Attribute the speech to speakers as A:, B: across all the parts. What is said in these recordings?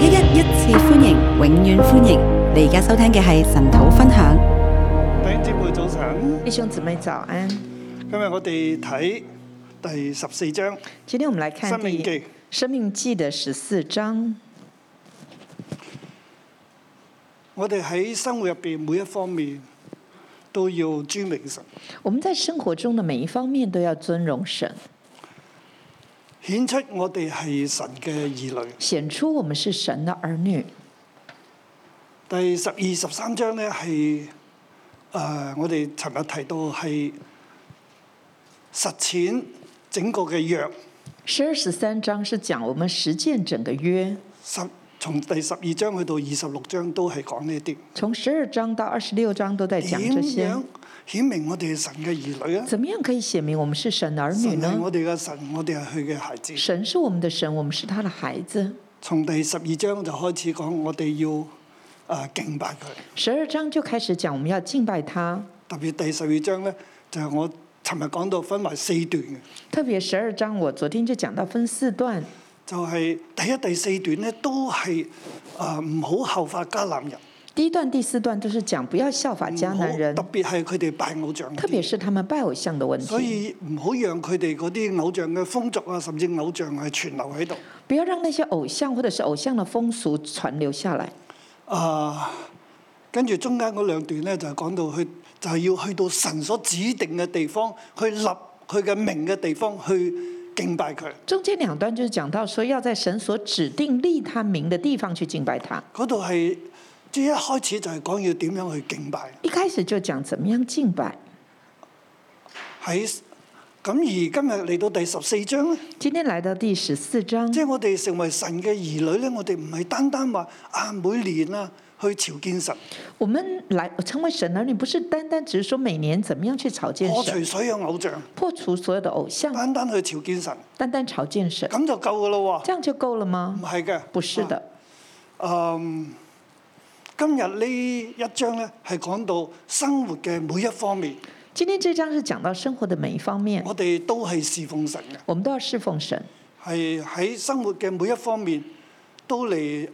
A: 一一一次歡迎，永遠歡迎！你而家收聽嘅係神土分享。
B: 弟兄姊妹早晨，
C: 弟兄姊妹早安。
B: 今日我哋睇第十四章《
C: 今天我们来看
B: 生
C: 第
B: 命記》，
C: 生命记》的十四章。
B: 我哋喺生活入邊每一方面都要尊榮神，
C: 我们在生活中的每一方面都要尊荣神，
B: 顯出我哋係神嘅兒女。
C: 显出我们是神的儿女。
B: 第十二、十三章呢係誒、呃我哋尋日提到係實踐整個嘅約，
C: 十二十三章是讲我们实践整个约，
B: 十從第十二章去到二十六章都係講呢啲
C: 从十二章到二十六章都在
B: 點
C: 讲这些
B: 樣。顯明我哋係神嘅兒女啊！
C: 怎么样可以显明我们是神的儿女
B: 神係
C: 呢？
B: 我哋嘅神，我哋係佢嘅孩子。
C: 神是我们的神，我们是他的孩子。
B: 從第十二章就開始講，我哋要啊敬拜佢。
C: 十二章就开始讲我们要敬拜他，
B: 特別第十二章咧，就係、我尋日講到分為四段嘅，
C: 特别十二章我昨天就讲到分四段，
B: 就係、第一、第四段咧都係啊唔好效法迦南人，
C: 第一段、第四段都是讲不要效法迦
B: 唔
C: 南人
B: 嗯好，特別係佢哋拜偶像嗰
C: 特别
B: 啲。
C: 是他们拜偶像的问
B: 所
C: 题，
B: 以唔好讓佢哋嗰啲偶像嘅風俗啊，甚至偶像係存留喺度。
C: 不要让那些偶像或者是偶像的风俗传留下来。
B: 啊，跟住中間嗰兩段咧，就係講到去，就係、要去到神所指定嘅地方，去立佢嘅名嘅地方去敬拜佢。
C: 中间两段就是讲到说要在神所指定立他名的地方去敬拜他，
B: 嗰度係即係一開始就係講要點樣去敬拜。
C: 一开始就讲怎么样敬拜。
B: 喺咁而今日嚟到第十四章咧，
C: 今天来到第十四章，
B: 即係我哋成為神嘅兒女咧，我哋唔係單單話啊每年啊去朝見神，
C: 我们来成为神儿女，不是单单只是说每年怎么样去朝见
B: 破除
C: 神，
B: 所有偶像，
C: 破除所有的偶像，
B: 單單去朝見神，
C: 单单朝见神，
B: 咁就夠噶咯喎。
C: 这样就够了吗
B: 唔？係嘅，
C: 不是的。
B: 啊嗯，今日呢一章咧係講到生活嘅每一方面，
C: 今天这章是讲到生活的每一方面，
B: 我哋都係侍奉神嘅，
C: 我们都要侍奉神，
B: 係喺生活嘅每一方面都嚟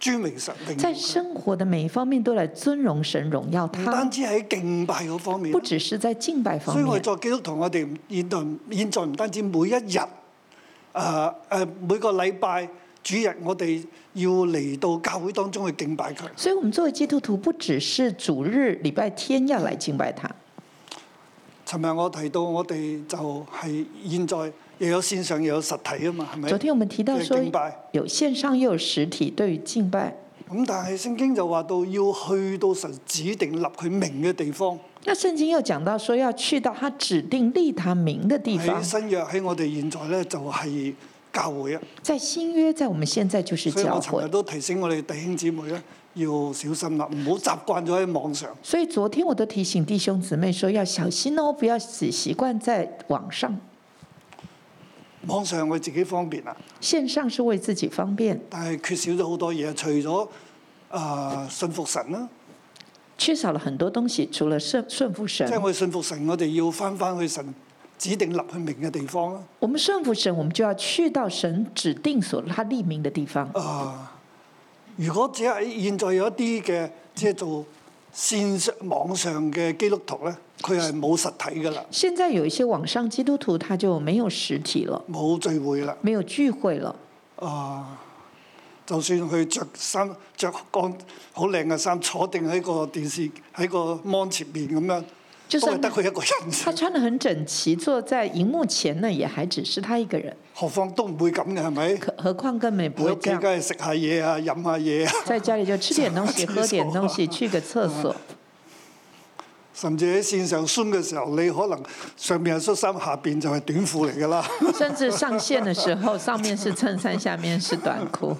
B: 尊榮神榮耀
C: 在
B: 佢。
C: 生活的每一方面都来尊荣神、荣耀
B: 唔
C: 他
B: 單，止喺敬拜嗰方面
C: 不，只是在敬拜方
B: 所以我哋
C: 面。
B: 作基督徒，我哋唔現代唔現在唔單止每一日，誒、呃、呃每個禮拜主日，我哋要嚟到教會當中去敬拜佢。
C: 所以，我们作为基督徒，不只是主日、礼拜天要来敬拜他。
B: 尋日我提到我哋就係現在又有線上又有實體啊嘛，係咪
C: 昨？天我们提到说
B: 对敬拜，
C: 有线上又有实体，对于敬拜，
B: 咁但係聖經就話到要去到神指定立佢名嘅地方，
C: 那圣经又讲到说要去到他指定立他名的地
B: 喺
C: 方，
B: 新約喺我哋現在咧就係教會啊，
C: 在新约，在我们现在就是
B: 所以
C: 教
B: 我尋日
C: 会。
B: 都提醒我哋弟兄姊妹咧要小心啦，唔好習慣咗喺網上。
C: 所以昨天我都提醒弟兄姊妹说要小心哦，不要只习惯在网上。
B: 網上我自己方便啦，啊
C: 线上是为自己方便，
B: 但係缺少咗好多嘢，除咗啊、信服神啦，
C: 缺少了很多东西，除了顺顺服神
B: 即，係我哋信服神，我哋要翻翻去神指定立佢名嘅地方啦。
C: 我们顺服神，我们就要去到神指定所他立名的地方。
B: 哦啊如果只係現在有一啲嘅即係做線上網上嘅基督徒咧，佢係冇實體噶啦，
C: 现在有一些网上基督徒他就没有实体了，
B: 冇聚會啦。
C: 没有聚会了，
B: 啊、就算佢着衫着干好靚嘅衫，坐定喺個電視喺個 mon 前面咁樣，
C: 就
B: 都係
C: 算
B: 得佢一個人
C: 他
B: 啫。
C: 穿得很整齐，坐在荧幕前呢，也还只是他一个人。
B: 何況都唔會咁嘅，係咪？
C: 可何况根本
B: 喺
C: 不会
B: 屋
C: 这
B: 企梗
C: 样，
B: 係食下嘢啊，飲下嘢啊，
C: 在家里就吃点东西，
B: 上
C: 喝点东西，
B: 厕所
C: 去个厕所。
B: 甚至喺線上 Zoom 嘅時候，你可能上面係恤衫，下邊就係短褲嚟㗎啦。
C: 甚至上线的时候，上面是衬衫，下面是短裤。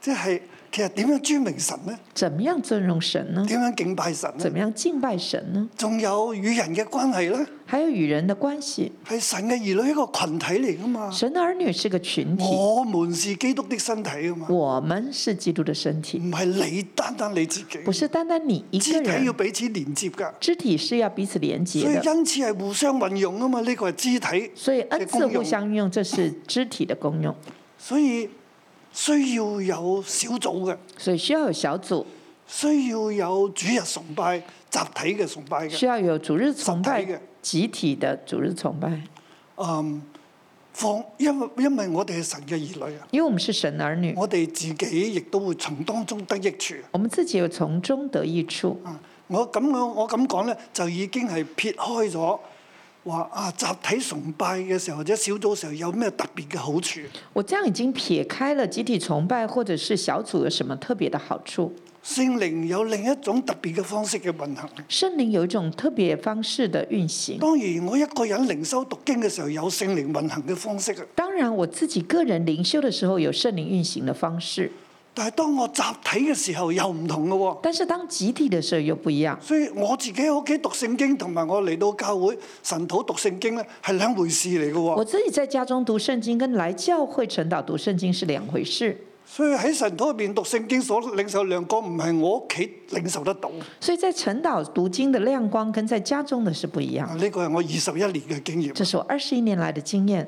B: 即係其實點樣尊明神呢？
C: 怎么样尊荣神呢？
B: 點樣敬拜神呢
C: 嗯怎？么样敬拜神呢？
B: 仲有與人嘅關係呢？
C: 还有与人的关系。
B: 係神嘅兒女一個群體嚟㗎嘛。
C: 神的儿女是個群體，
B: 我們是基督的身體㗎嘛，
C: 我們是基督的身體，
B: 唔係你單單你自己。
C: 不是單單你一
B: 嗯
C: 個
B: 肢體要
C: 人。
B: 彼此連接㗎，
C: 肢體是要彼此連
B: 所以
C: 接的，
B: 因此係互相運用啊嘛。呢個係肢體，
C: 所以恩
B: 功
C: 赐
B: 用
C: 互相運用，这是肢體的功用。
B: 所以需要有小組嘅，
C: 所以需要有小組，
B: 需要有主日崇拜、集體嘅崇拜嘅，
C: 需要有主日崇
B: 實體嘅
C: 拜，集體的主日崇拜，
B: 嗯，放因為因為我哋係神嘅兒女啊，
C: 因為我們是神兒女，
B: 我哋自己亦都會從當中得益處
C: 我們自己有從中得益處。
B: 啊！我咁樣我咁講咧，就已經係撇開咗話啊集體崇拜嘅時候或者小組嘅時候有咩特別嘅好處，
C: 我這樣已經撇開了集體崇拜或者是小組有什麼特別的好處。
B: 聖靈有另一種特別嘅方式嘅運行。
C: 聖靈有一種特別方式的運行。
B: 當然，我一個人靈修讀經嘅時候有聖靈運行嘅方式啊，
C: 當然，我自己個人靈修的時候有聖靈運行的方式，
B: 但係當我集體嘅時候又唔同嘅喎。
C: 但是當集體的時候又不一樣。
B: 所以我自己喺屋企讀聖經同埋我嚟到教會神土讀聖經咧係兩回事嚟嘅
C: 我
B: 喎。
C: 自己在家中讀聖經跟來教會晨禱讀聖經是兩回事，
B: 所以喺神土入邊讀聖經所領受亮光唔係我屋企領受得到。
C: 所以在晨禱讀經的亮光跟在家中的是不一樣
B: 啊，。呢個係我二十一年嘅經
C: 這
B: 驗。
C: 是我二十一年來的經驗，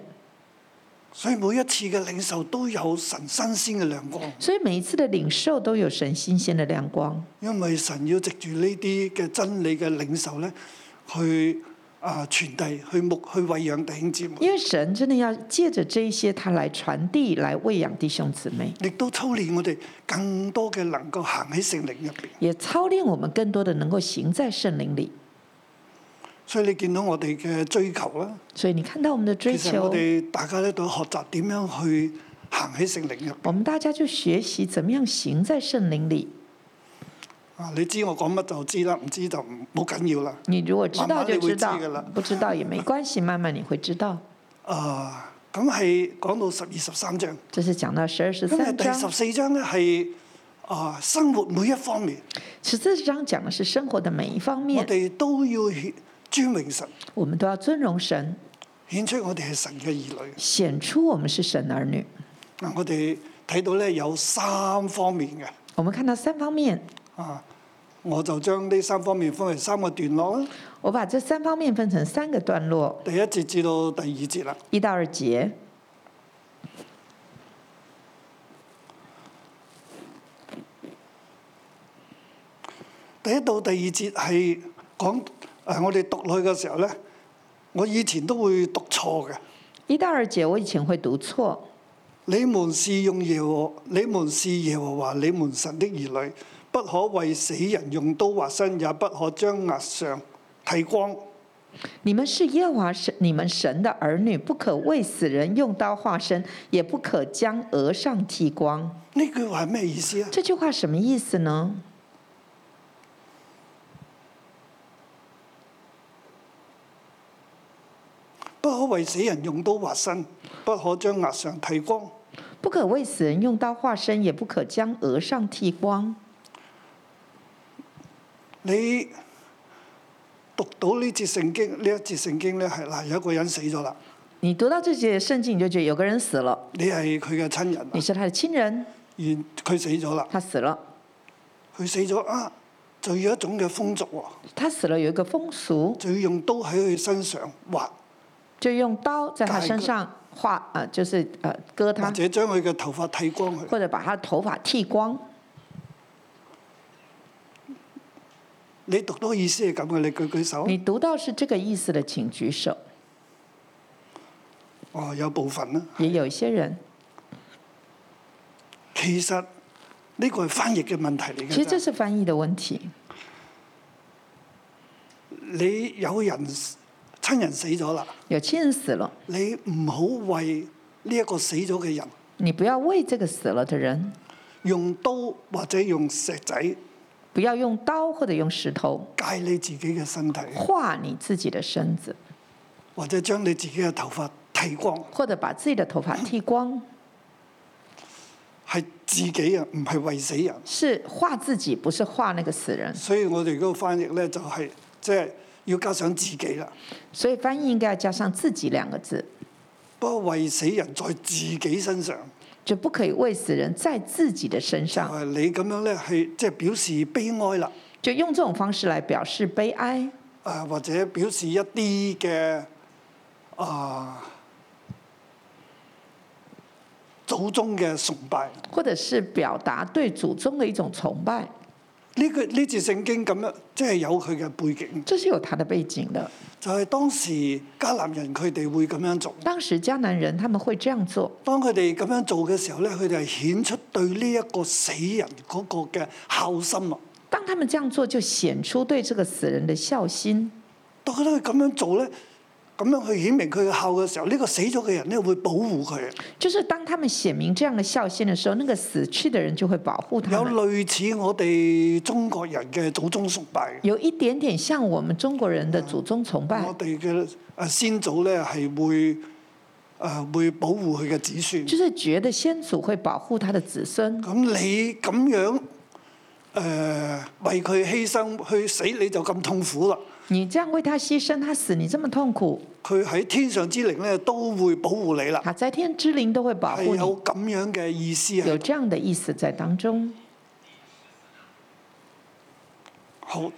B: 所以每一次嘅領受都有神新鮮嘅亮光，
C: 所以每一次的領受都有神新鮮的亮光，
B: 因為神要藉住呢啲嘅真理嘅領受咧，去啊傳遞、去牧、去餵養弟兄姊妹。
C: 因為神真的要借着這一些，他來傳遞、來餵養弟兄姊妹，
B: 亦都操練我哋更多嘅能夠行喺聖靈入邊，
C: 也操練我們更多的能夠行在聖靈裡。
B: 所以你見到我哋嘅追求啦，
C: 所以你看到我們的追
B: 其實
C: 求
B: 我，哋大家咧都學習點樣去行喺聖靈入邊
C: 我們大家就學習怎麼樣行在聖靈裡。
B: 啊！你知我講乜就知啦，唔知就唔冇緊要啦。
C: 你如果知道就知道
B: 慢慢你會知㗎喇，
C: 不知道也沒關係，慢慢你會知道。
B: 啊，咁係講到十二十三章，
C: 這是講到十二十
B: 咁係
C: 三
B: 第十
C: 章，
B: 四章咧係啊生活每一方面，
C: 十四章講的是生活的每一方
B: 我
C: 面，
B: 哋都要顯尊榮神，
C: 我們都要尊榮神，
B: 顯出我哋係神嘅兒女。
C: 顯出我們是神兒女。
B: 嗱，我哋睇到咧有三方面嘅。
C: 我們看到三方面，
B: 啊，我就將呢三方面分為三個段落啦。
C: 我把這三方面分成三個段落，
B: 第一節至到第二節啦。
C: 一到二節。
B: 第一到第二節係講誒、呃我哋讀落去嘅時候咧，我以前都會讀錯嘅。
C: 一到二節我以前會讀錯，
B: 你們是用耶和，你們是耶和華，你們神的兒女，不可為死人用刀劃身，也不可將額上剃光。
C: 你們是耶和華神，你們神的兒女，不可為死人用刀劃身，也不可將額上剃光。
B: 呢句話係咩意思啊？
C: 这句話什麼意思呢？
B: 不可為死人用刀劃身，不可將額上剃光。
C: 不可為死人用刀劃身，也不可將額上剃光。
B: 你讀到呢節聖經，呢一節聖經咧係嗱有一個人死咗啦，
C: 你讀到這些聖經，你就覺得有個人死了，
B: 你係佢嘅親人啦
C: 你，是他的親人，
B: 而佢死咗啦，
C: 他死了，
B: 佢死咗啊，就有一種嘅風俗喎，
C: 他死了有一個風俗，
B: 就要用刀喺佢身上劃，
C: 就用刀在他身上劃，呃，就是呃割
B: 或
C: 他，
B: 者將佢嘅頭髮剃光佢。
C: 或者把他的頭髮剃光。
B: 你讀到意思係咁嘅，你舉舉手。
C: 你讀到是這個意思的，請舉手。
B: 哦，有部分啦，
C: 也有一些人，
B: 其實呢個係翻譯嘅問題嚟
C: 其
B: 嘅
C: 實這
B: 啫。
C: 是翻譯的問題。
B: 你有人親人死咗啦，
C: 有親人死了，
B: 你唔好為呢一個死咗嘅人。
C: 你不要為這個死了的人，
B: 用刀或者用石仔
C: 不要用刀或者用石頭
B: 界你自己嘅身體，
C: 劃你自己的身子，
B: 或者將你自己嘅頭髮剃光，
C: 或者把自己的頭髮剃光，
B: 係自己啊，唔係為死人。
C: 是劃自己，不是劃那個死人。
B: 所以我哋嗰個翻譯咧就係即係要加上自己啦，
C: 所以翻譯應該要加上“自己”兩個字，
B: 不過為死人在自己身上，
C: 就不可以為死人在自己的身
B: 就
C: 上，
B: 係你咁樣咧係即係表示悲哀啦，
C: 就用這種方式來表示悲哀，
B: 誒、或者表示一啲嘅啊祖宗嘅崇拜。
C: 或者是表达对祖宗的一种崇拜，
B: 呢句呢節聖經咁樣，即係有佢嘅背景，
C: 这是有它的背景的。
B: 就係、當時迦南人佢哋會咁樣做。
C: 当时迦南人他们会这样做，
B: 當佢哋咁樣做嘅時候咧，佢哋係顯出對呢一個死人嗰個嘅孝心啊！
C: 当他们这样做，就显出对这个死人的孝心。
B: 當佢哋咁樣做咧，咁樣去顯明佢嘅孝嘅時候，呢、個死咗嘅人咧會保護佢。啊
C: 就是当他们显明这样的孝心的时候，那个死去的人就会保护他
B: 有
C: 们。
B: 類似我哋中國人嘅祖宗崇拜，
C: 有一点点像我们中国人的祖宗崇拜
B: 我，哋嘅誒先祖咧係會誒、呃、會保護佢嘅子孫。
C: 就是觉得先祖会保护他的子孙。
B: 咁你咁樣誒、呃、為佢犧牲去死，你就咁痛苦啦。
C: 你这样为他牺牲，他死你这么痛苦，
B: 佢喺天上之靈咧都會保護你啦，
C: 他在天之灵都会保
B: 係
C: 护你，
B: 有咁樣嘅意思
C: 有
B: 啊。
C: 这样的意思在当中。
B: 好。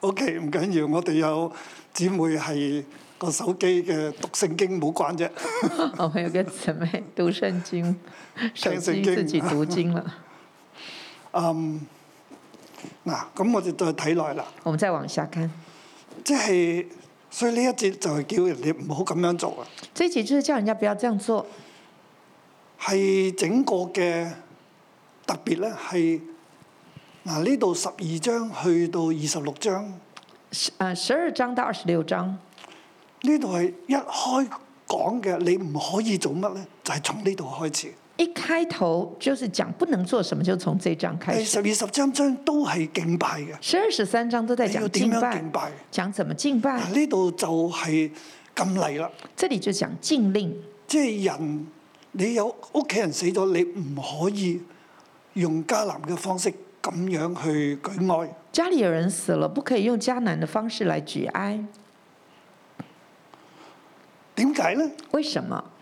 B: O.K. 唔緊要，我哋有姊妹係個手機嘅讀聖經冇關啫。
C: 我们有个姊妹读圣 经，手
B: 听
C: 机
B: 圣经
C: 自己读经了。
B: 嗱，咁我哋再睇耐啦。
C: 我们再往下看，
B: 即係，所以呢一節就係叫人哋唔好咁樣做啊，
C: 这一集就是叫人家不要这样做。
B: 係整個嘅特別咧係嗱呢度十二章去到二十六章，
C: 十呃十二章到二十六章，
B: 呢度係一開講嘅，你唔可以做乜咧，就係、從呢度開始。
C: 一开头就是讲不能做什么，就从这一章开
B: 第
C: 始。
B: 十二十三章都係敬拜嘅，
C: 哎十哎二十三章都在
B: 你要
C: 讲
B: 點
C: 敬
B: 樣
C: 拜啊
B: 敬，拜？
C: 讲怎么敬
B: 嗱
C: 拜。
B: 呢度就係禁例啦，
C: 这里就讲禁令，
B: 即係人你有屋企人死咗，你唔可以用迦南嘅方式咁樣去舉哀。
C: 家里有人死了，不可以用迦南的方式来举哀。
B: 點解呢？
C: 为什么？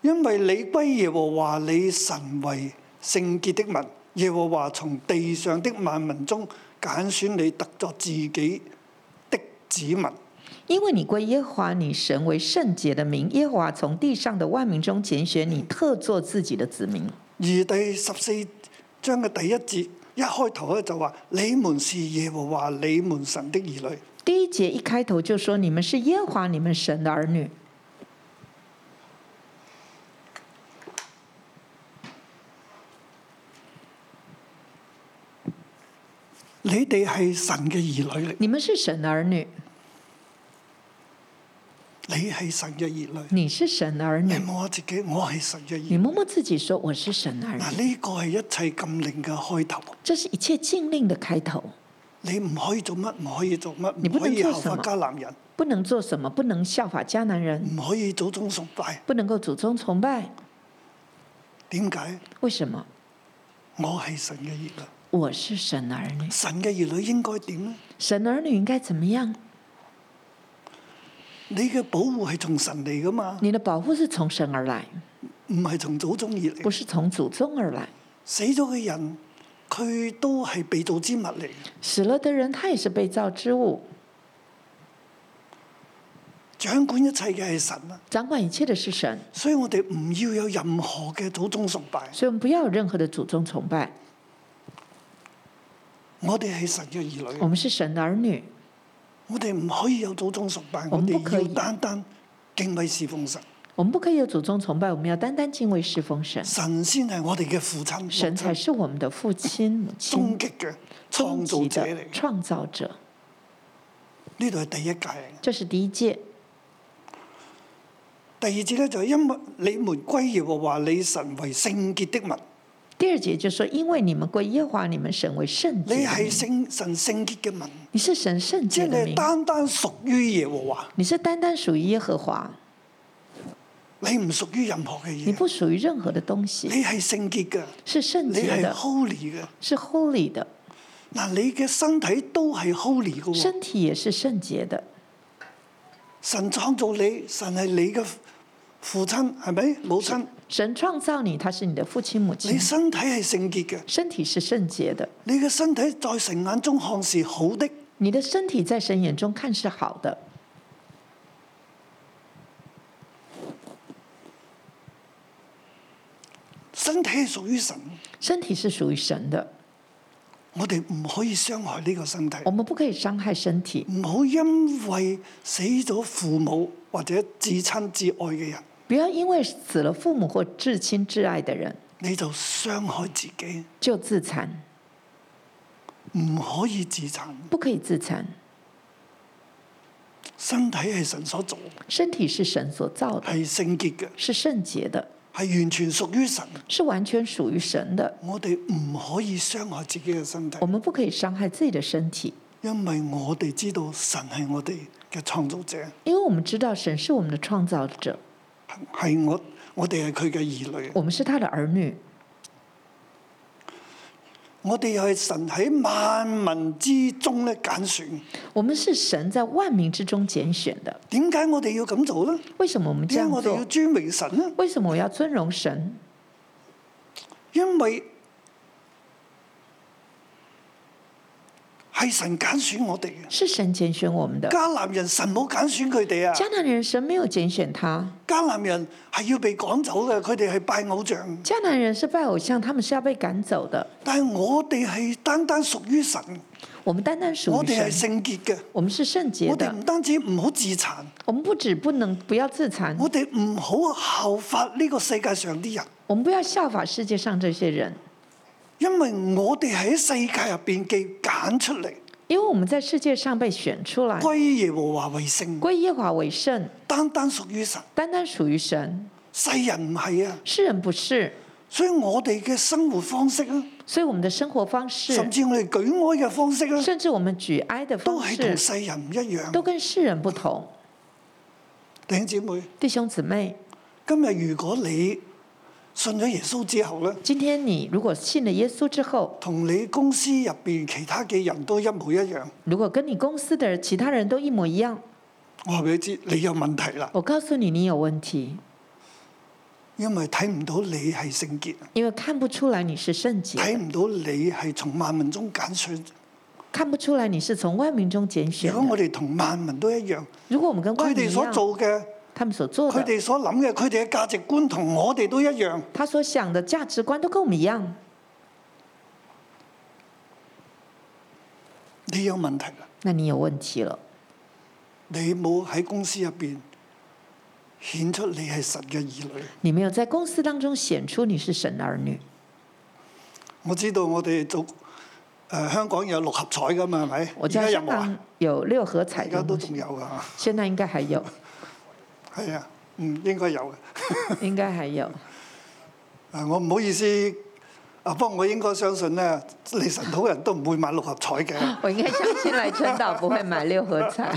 B: 因為你歸耶和華你神為聖潔的民，耶和華從地上的萬民中揀選你，特作自己的子民。
C: 因为你归耶和华你神为圣洁的名，耶和华从地上的万民中拣选你，特作自己的子民。
B: 而第十四章嘅第一節一開頭咧就話：你們是耶和華你們神的兒女。
C: 第一节一开头就说：“你们是耶和华你们神的儿女。
B: 你哋係神嘅兒女嚟，
C: 你们是神的儿女，
B: 你係神嘅兒女。
C: 你是神的儿
B: 你
C: 女。
B: 冇我自己，我係神嘅兒
C: 你
B: 女。
C: 摸摸自己说：‘我是神的儿
B: 嗱，
C: 女。
B: 呢個係一切禁令嘅開頭。’
C: 这是一切禁令的开头，
B: 你唔可以做乜，唔可以做乜，
C: 你
B: 唔
C: 不
B: 可
C: 能
B: 以
C: 做
B: 效法
C: 什麼
B: 迦南人，
C: 不能做什么，不能效法迦南人，
B: 唔可以祖宗崇拜。
C: 不能够祖宗崇拜。
B: 點解？
C: 为什么？
B: 我係神嘅兒女，
C: 我是神的儿女，
B: 神嘅兒女應該點呢？
C: 神的儿女应该怎么样？
B: 你嘅保護係從神嚟噶嘛，
C: 你的保护是从神而来，
B: 唔係從祖宗而嚟。
C: 不是从祖宗而来。
B: 死咗嘅人，佢都係被造之物嚟。
C: 死了的人，他也是被造之物，
B: 掌管一切嘅係神啊，
C: 掌管一切的是神，
B: 所以我哋唔要有任何嘅祖宗崇拜。
C: 所以我们不要有任何的祖宗崇拜。
B: 我哋係神嘅兒
C: 我
B: 女，
C: 们是神的儿女，
B: 我哋唔可以有祖宗崇拜，我
C: 我們不可
B: 哋
C: 以
B: 要單單敬畏侍奉神，
C: 我们不可以有祖宗崇拜，我们要单单敬畏侍奉神。
B: 神先係我哋嘅父親，
C: 神才是我们的父亲、母
B: 終
C: 亲、
B: 極嘅
C: 终
B: 創造
C: 极
B: 者
C: 的
B: 嚟。
C: 创造者。
B: 呢度係第一戒嚟嘅。
C: 这是第一届。
B: 第二節咧就係因為你們歸耶和華你神為聖潔的民，
C: 第二节就说：“因为你们归耶和华你们神为圣洁
B: 你
C: 的
B: 係
C: 民，
B: 聖神聖潔嘅民，
C: 你是神圣
B: 即係
C: 洁
B: 你
C: 的
B: 係
C: 民，
B: 單單屬於耶和華，
C: 你是单单属于耶和华，
B: 你唔屬於任何嘅
C: 你
B: 嘢，
C: 不属于任何的东
B: 你
C: 西，
B: 係聖潔嘅，
C: 是圣
B: 你
C: 洁
B: 係
C: 的，
B: holy 嘅。
C: 是 holy 的，
B: 嗱，你嘅身體都係 holy 嘅喎，
C: 身体也是圣洁的。
B: 神創造你，神係你嘅父親，係咪母親？
C: 神创造你，他是你的父亲母
B: 你
C: 亲，
B: 身體係聖潔嘅，
C: 身体是圣洁的，
B: 你嘅身體在神眼中看是好的，
C: 你的身体在神眼中看是好的，
B: 身體係屬於神，
C: 身体是属于神的，
B: 我哋唔可以傷害呢個身體，
C: 我们不可以伤害身体，
B: 唔好因為死咗父母或者至親至愛嘅人，
C: 不要因为死了父母或至亲至爱的人
B: 你就傷害自己，
C: 就自残，
B: 唔可以自殘。
C: 不可以自残。
B: 身體係神所做，
C: 身体是神所造的，
B: 係聖潔嘅，
C: 是圣洁的，
B: 係完全屬於神。
C: 是完全属于神的。
B: 我哋唔可以傷害自己嘅身體
C: 我，们不可以伤害自己的身体，
B: 因為我哋知道神係我哋嘅創造者，
C: 因为我们知道神是我们的创造者，
B: 係我我哋係佢嘅兒女，
C: 我们是他的儿女，
B: 我哋又係神喺萬民之中咧揀選。
C: 我们是神在万民之中拣选的。
B: 點解我哋要咁做呢？
C: 为什么我们这
B: 點
C: 样
B: 解我哋要
C: 做？
B: 尊榮神呢？
C: 为什么我要尊荣神？
B: 因為係神揀選我哋嘅。
C: 是神拣选我们的。
B: 迦南人神冇揀選佢哋啊！
C: 迦南人神没有拣选他，
B: 迦南人係要被趕走嘅，佢哋係拜偶像。
C: 迦南人是拜偶像，他们是要被赶走的。
B: 但係我哋係單單屬於神，
C: 我们单单属
B: 我
C: 于
B: 哋係
C: 神，
B: 聖潔嘅。
C: 我们是圣洁
B: 我哋
C: 的
B: 唔。單止唔好自殘，
C: 我们不止不能不要自残，
B: 我哋唔好效法呢個世界上啲人，
C: 我们不要效法世界上这些人，
B: 因為我哋喺世界入邊嘅揀出嚟，
C: 因為我们在世界上被选出来，
B: 歸耶和華為聖，
C: 归耶和华为圣，
B: 單單屬於神。
C: 单单属于神。
B: 世人唔係啊，
C: 世人不是，
B: 所以我哋嘅生活方式啊，
C: 所以我们的生活方式，
B: 甚至我哋舉哀嘅方式啊，
C: 甚至我们举哀的
B: 都
C: 方
B: 係同
C: 式，
B: 世人唔一
C: 都
B: 樣。
C: 跟世人不同。
B: 弟兄姊妹，
C: 弟兄姊妹，
B: 今日如果你信咗耶穌之後咧，
C: 今天你如果信了耶稣之后，
B: 同你公司入邊其他嘅人都一模一樣，
C: 如果跟你公司的其他人都一模一样，
B: 我話俾你知，你有問題啦，
C: 我告诉你，你有问题，
B: 因為睇唔到你係聖潔。
C: 因为看不出来你是圣洁，
B: 睇唔到你係從萬民中揀選。
C: 看不出来你是從万民中拣选
B: 如果我
C: 的。
B: 哋同萬民都一樣，
C: 如果我们跟
B: 佢
C: 万民
B: 哋
C: 一
B: 所
C: 样，
B: 做嘅、
C: 他们所做
B: 佢
C: 的，
B: 哋所諗嘅、佢哋嘅價值觀同我哋都一樣，
C: 他所想的价值观都跟我们一样，
B: 你有問題啦。
C: 那你有问题了。
B: 你冇喺公司入邊顯出你係神嘅兒女。
C: 你没有在公司当中显出你是神的儿女。
B: 我知道我哋做誒、呃香港有六合彩㗎嘛，係咪？
C: 我
B: 而家
C: 在
B: 有
C: 香
B: 冇啊
C: 港？有六合
B: 而
C: 彩
B: 家
C: 的
B: 都
C: 东西，
B: 仲有㗎，
C: 现在应该还有，
B: 係啊，嗯，應該有嘅。
C: 应该还有。
B: 啊，我唔好意思，啊，不過我應該相信咧，你神土人都唔會買六合彩嘅。
C: 我应该相信来春岛不会买六合 彩。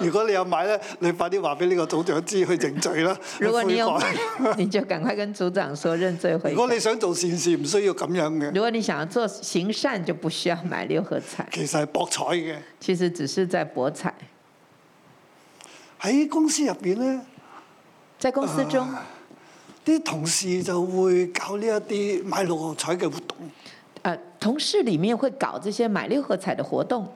B: 如果你有買咧，你快啲話俾呢個組長知去認罪啦。
C: 如果你有
B: 悔
C: 买， 你就赶快跟组长说认罪
B: 改
C: 悔
B: 如果你
C: 改。
B: 想做善事，唔需要咁樣嘅，
C: 如果你想要做行善，就不需要买六合彩，
B: 其實係博彩嘅。
C: 其实只是在博彩。
B: 喺公司入邊咧，
C: 在公司中，
B: 啲同事就會搞呢一啲買六合彩嘅活動，
C: 呃，同事里面会搞这些买六合彩的活动，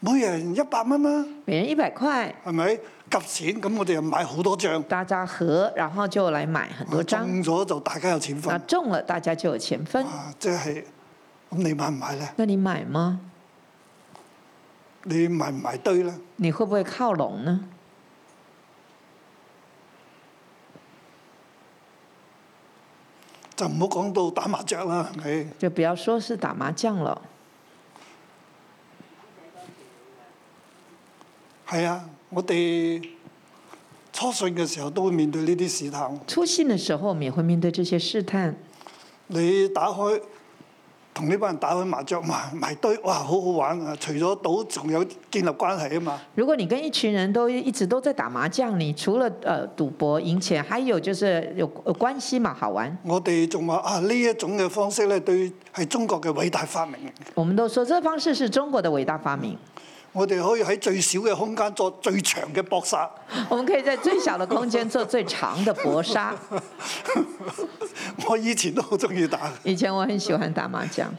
B: 每人一百蚊啦，
C: 每人一百块，
B: 係咪？夾錢咁，我哋又買好多張，
C: 大家合，然后就来买很多张。
B: 中咗就大家有錢
C: 那
B: 分。
C: 中了，大家就有钱分。
B: 啊，即係咁，你買唔買咧？
C: 那你买吗？
B: 你埋唔埋堆咧？
C: 你会不会靠拢呢？
B: 就唔好講到打麻雀啦，係咪？
C: 就不要说是打麻将了，
B: 係啊，我哋初信嘅時候都會面對呢啲試探。
C: 初信的时候我们也会面对这些试探。
B: 你打開同呢班人打開麻雀埋埋堆，哇，好好玩啊！除咗賭，仲有建立關係啊嘛。
C: 如果你跟一群人都一直都在打麻将，你除了呃赌博赢钱，还有就是有有关系嘛，好玩。
B: 我哋仲話啊，呢一種嘅方式咧，對係中國嘅偉大發明。
C: 我们都说这方式是中国的伟大发明，
B: 我哋可以喺最少嘅空間做 最長嘅搏殺。
C: 我们可以在最小的空间做最长的搏杀。
B: 我以前都好中意打，
C: 以前我很喜欢打麻将，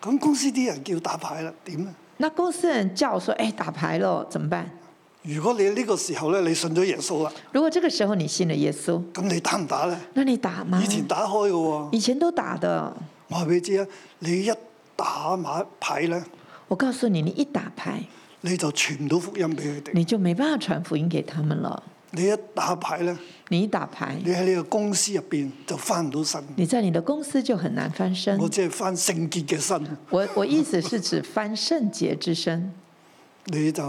B: 咁公司啲人叫打牌啦，點咧？
C: 那公司人叫说：“哎，打牌咯，怎么办
B: 如果你呢個時候咧，你信咗耶穌啦，？”
C: 如果这个时候你信了耶稣，
B: 咁你打唔打咧？
C: 那你打吗？
B: 以前打開嘅喎，
C: 以前都打的。
B: 我話俾你知啊，你一打馬牌咧，
C: 我告诉你，你一打牌，
B: 你就傳唔到福音俾佢哋。
C: 你就没办法传福音给他们了。
B: 你一打牌咧，
C: 你一打牌
B: 你，喺你個公司入邊就翻唔到身。
C: 你在你的公司就很难翻身
B: 我。只係翻聖潔嘅身，
C: 我我意思是指翻圣洁之身，
B: 你就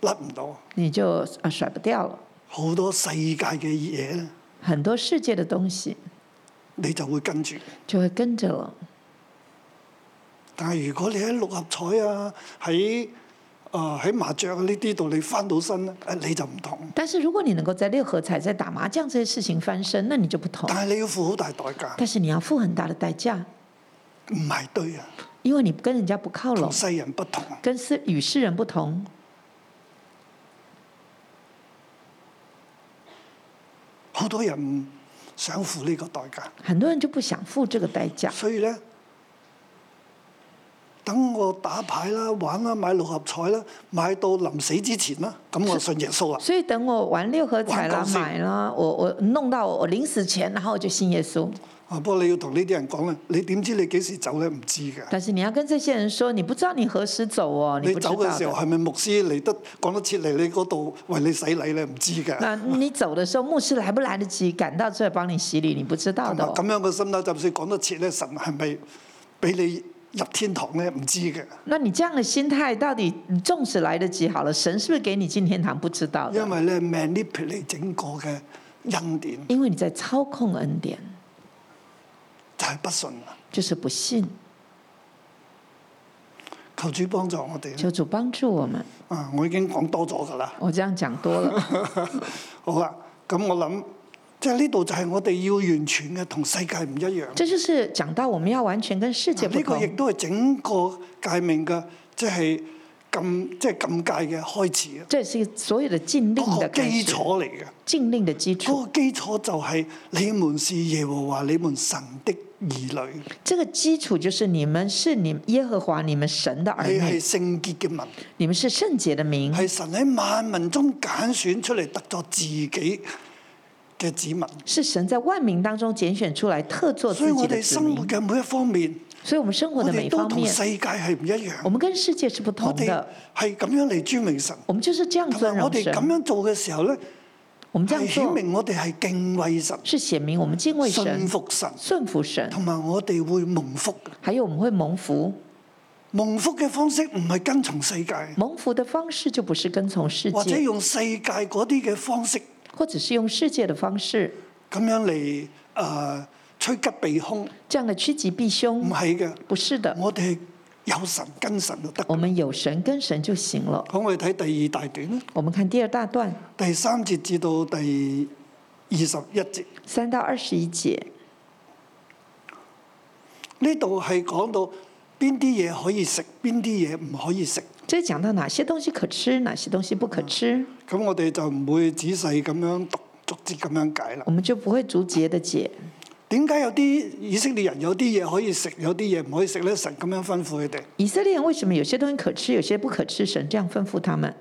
B: 甩唔到
C: 你就啊甩不掉了。
B: 好多世界嘅嘢咧，
C: 很多世界的东西
B: 你就會跟住。
C: 就会跟着了。
B: 但係如果你喺六合彩啊，喺誒喺麻雀啊呢啲度你翻到身咧，誒你就唔同。
C: 但是如果你能够在六合彩、在打麻将这些事情翻身，那你就不同。
B: 但係你要付好大代價，
C: 但是你要付很大的代价，
B: 唔係對啊，
C: 因為你跟人家不靠拢
B: 同，世人不同。啊
C: 跟世与世人不同。
B: 好多人唔想付呢個代價，
C: 很多人就不想付这个代价，
B: 所以咧，等我打牌啦、玩啦、買六合彩啦，買到臨死之前啦，咁我信耶穌啦。
C: 所以等我玩六合彩啦
B: 玩高、兴
C: 买啦，我我弄到我临死前，然后我就信耶稣。
B: 啊，不過你要同呢啲人講咧，你點知你幾時走咧？唔知㗎。
C: 但是你要跟这些人说，你不知道你何时走哦，
B: 你
C: 不知
B: 走
C: 道
B: 嘅時候
C: 的。
B: 係咪牧師嚟得講得切嚟你嗰度為你洗禮咧？唔知 㗎。
C: 那你走的时候，牧师来不来得及赶到这儿帮你洗礼，你不知道
B: 同
C: 的
B: 埋
C: 哦、
B: 咁樣嘅心態，就算講得切咧，神係咪俾你入天堂咧？唔知嘅，
C: 那你这样的心态，到底纵使来得及好了，神是不是给你进天堂不知道的？
B: 因為咧 manipulate 整個嘅恩典
C: 因为你在操控恩典，
B: 就係不信啦。
C: 就是不信。
B: 求主幫助我哋啦
C: 求主幫助我們。
B: 啊！我已經講多咗㗎啦。
C: 我這樣講多了，
B: 好啦，咁我諗即係呢度就係我哋要完全嘅同世界唔一樣。
C: 這就是講到我們要完全跟世界不
B: 呢個亦
C: 同。
B: 都係整個界面嘅，即係禁即係禁戒嘅開始啊！
C: 這也是所有的禁令
B: 嗰個
C: 的開
B: 基
C: 始，
B: 礎嚟嘅，
C: 禁令的基
B: 嗰
C: 礎。
B: 個基礎就係你們是耶和華你們神的兒女。
C: 這個基礎就是你們是你耶和華你們神的兒
B: 你係
C: 女，
B: 聖潔嘅民，
C: 你們是聖潔的民，
B: 係神喺萬民中揀選出嚟，得咗自己嘅子民。
C: 是神在萬民當中揀選出來特作
B: 所以
C: 自己
B: 我
C: 的
B: 哋
C: 子
B: 生
C: 民
B: 活。嘅每一方面，
C: 所以，我們生活
B: 我
C: 的
B: 哋
C: 每
B: 都
C: 方
B: 同
C: 面，
B: 世界係唔一
C: 我
B: 樣。
C: 們跟世界是不
B: 我
C: 同
B: 哋
C: 的。
B: 係咁樣嚟尊榮神，
C: 我們就是這樣
B: 同
C: 尊
B: 埋我
C: 榮
B: 哋咁
C: 神。
B: 樣做嘅時候咧，
C: 我們這
B: 係
C: 樣
B: 顯
C: 做
B: 明我哋係敬畏神、
C: 是顯明我們敬畏
B: 信
C: 神、
B: 服神，
C: 順服神，
B: 同埋我哋會蒙福。
C: 還有我們會蒙福。
B: 蒙福嘅方式唔係跟從世界，
C: 蒙福的方式就不是跟從世
B: 或者
C: 界，
B: 用世界嗰啲嘅方式
C: 或者是用世界的方式，
B: 咁樣嚟誒趨吉避凶，唔
C: 這樣的趨吉避凶，
B: 係嘅。
C: 不是的。
B: 我哋有神跟神就得。
C: 我們有神跟神就行了。
B: 好，我哋睇第二大段啦，
C: 我們看第二大段
B: 第三節至到第二十一節，
C: 三到二十一節，
B: 呢度係講到邊啲嘢可以食，邊啲嘢唔可以食。
C: 這講到哪些東西可吃，哪些東西不可吃，
B: 咁我哋就唔會仔細咁樣讀逐節咁樣解啦
C: 我。們就不會逐節的解。
B: 點解有啲以色列人有啲嘢可以食，有啲嘢唔可以食咧？神咁樣吩咐佢哋。
C: 以色列人為什麼有些東西可吃，有些不可吃？神這樣吩咐他們。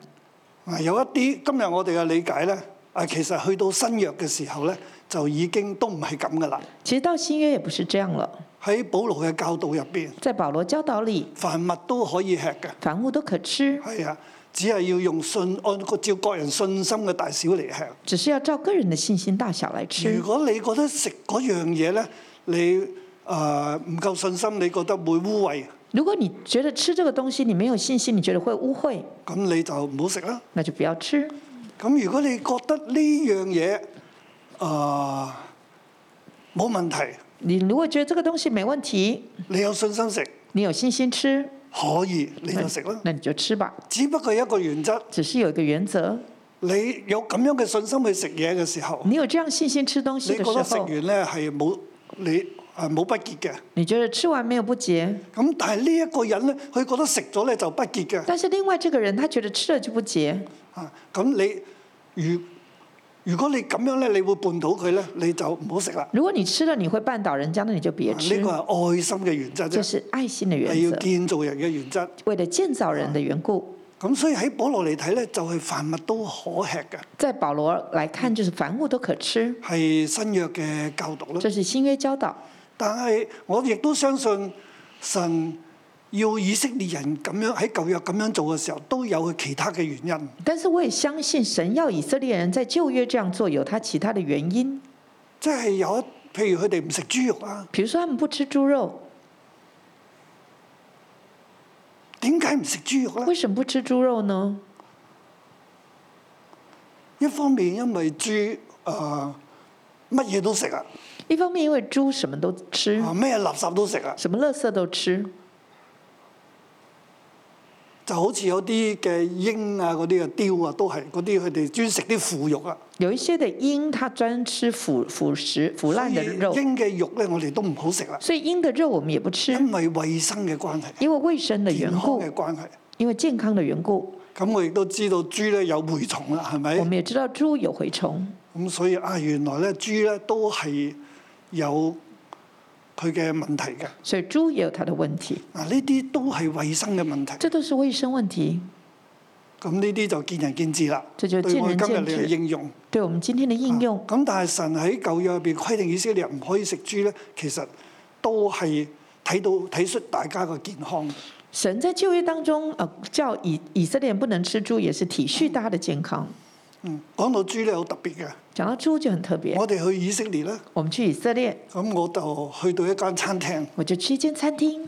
B: 啊，有一啲今日我哋嘅理解咧，啊，其實去到新約嘅時候咧，就已經都唔係咁噶啦。
C: 其實到新約也不是這樣了，
B: 喺保羅嘅教導入邊，
C: 在保羅教導裡，
B: 凡物都可以吃嘅。
C: 凡物都可吃，
B: 係啊，只係要用信按個照各人信心嘅大小嚟吃。
C: 只是要照個人的信心大小來吃
B: 如。果你覺得食嗰樣嘢咧，你誒唔、夠信心，你覺得會污穢，
C: 如果你覺得吃這個東西你沒有信心，你覺得會污穢，
B: 咁你就唔好食啦。
C: 那就不要吃。
B: 咁如果你覺得呢樣嘢誒冇問題，
C: 你如果覺得這個東西沒問題，
B: 你有信心食
C: 你有信心吃，
B: 可以，你就食啦。
C: 那你就吃吧。
B: 只不過一個原則，
C: 只是有一個原則，
B: 你有咁樣嘅信心去食嘢嘅時候，
C: 你有這樣信心吃東
B: 你
C: 西
B: 覺
C: 的
B: 得
C: 時
B: 食
C: 候，
B: 完咧係冇你誒冇不潔嘅。
C: 你覺得吃完沒有不潔，
B: 咁但係呢一個人咧，佢覺得食咗咧就不潔嘅。
C: 但是另外這個人他覺得吃了就不潔，
B: 啊，咁你如如果你咁樣咧，你會絆倒佢咧，你就唔好食啦。
C: 如果你吃了你会絆倒人家，那你就
B: 呢
C: 别吃。
B: 個係愛心嘅原則
C: 这
B: 啫，
C: 是爱心的
B: 係
C: 原
B: 要
C: 则，
B: 建造人嘅原則。
C: 为了建造人的缘故。
B: 咁所以喺保羅嚟睇咧，就係、凡物都可吃嘅，
C: 在保罗来看，就是凡物都可吃，
B: 係新約嘅教導啦。
C: 这是新约教导。
B: 但係我亦都相信神要以色列人咁樣喺舊約咁樣做嘅時候，都有佢其他嘅原因。
C: 但是我也相信神要以色列人在旧约这样做，有他其他的原因。
B: 即係有一，譬如佢哋唔食豬肉啊，
C: 比如说他们不吃猪肉，
B: 點解唔食豬肉
C: 为
B: 咧？
C: 什么不吃猪肉呢？
B: 一方面因為豬誒乜嘢都食啊，
C: 一方面因为猪什么都吃，
B: 啊咩垃圾都食啊，
C: 什么垃圾都吃，
B: 就好似有啲嘅鷹啊嗰啲啊雕啊都係嗰啲佢哋專食啲腐肉啊。
C: 有一些的鹰它专吃腐腐食腐烂的肉嗯
B: 所，以鷹嘅肉咧，我哋都唔好食啦，
C: 所以鹰的肉我们也不吃，
B: 因為衞生嘅關係、
C: 因为卫生的
B: 健
C: 缘
B: 康
C: 故
B: 嘅，關係。
C: 因为健康的緣故，
B: 咁我亦都知道豬咧有蛔蟲啦，係
C: 我
B: 咪？
C: 們也知道豬有蛔蟲，
B: 咁所以啊，原來咧豬咧都係有佢嘅問題嘅。
C: 所以豬也有它的問題，
B: 嗱，呢啲都係衞生嘅問題。
C: 這都是衛生問題。
B: 咁呢啲就見仁見智啦。
C: 這就
B: 對我哋今日
C: 見仁見
B: 嚟
C: 智
B: 應用。啊
C: 對我們今天的應用，
B: 咁但係神喺舊約入邊規定以色列人唔可以食豬咧，其實都係睇到睇出大家嘅健康。
C: 神在舊約當中，呃，叫以以色列人不能吃豬，也是體恤大家的健康。
B: 嗯，講到豬咧好特別嘅，
C: 講到豬就很特別，
B: 我哋去以色列咧，
C: 我們去以色列，
B: 咁我就去到一間餐廳，
C: 我就去一間餐廳，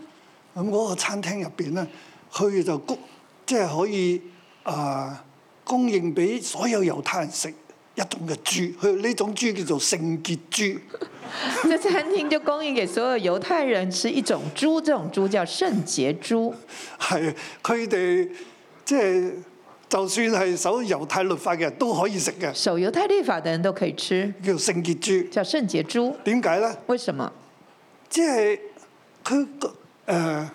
B: 咁嗰個餐廳入邊咧，佢就供即係可以啊、供應俾所有猶太人食一種嘅豬，佢呢種豬叫做聖潔豬。
C: 這餐廳就供應給所有猶太人吃一種豬，這種豬叫聖潔豬。
B: 係佢哋即係就算係守猶太律法嘅人都可以食嘅，
C: 守猶太律法的人都可以吃，
B: 叫聖潔豬。
C: 叫聖潔豬。
B: 點解咧？
C: 為什麼？
B: 即係佢個誒，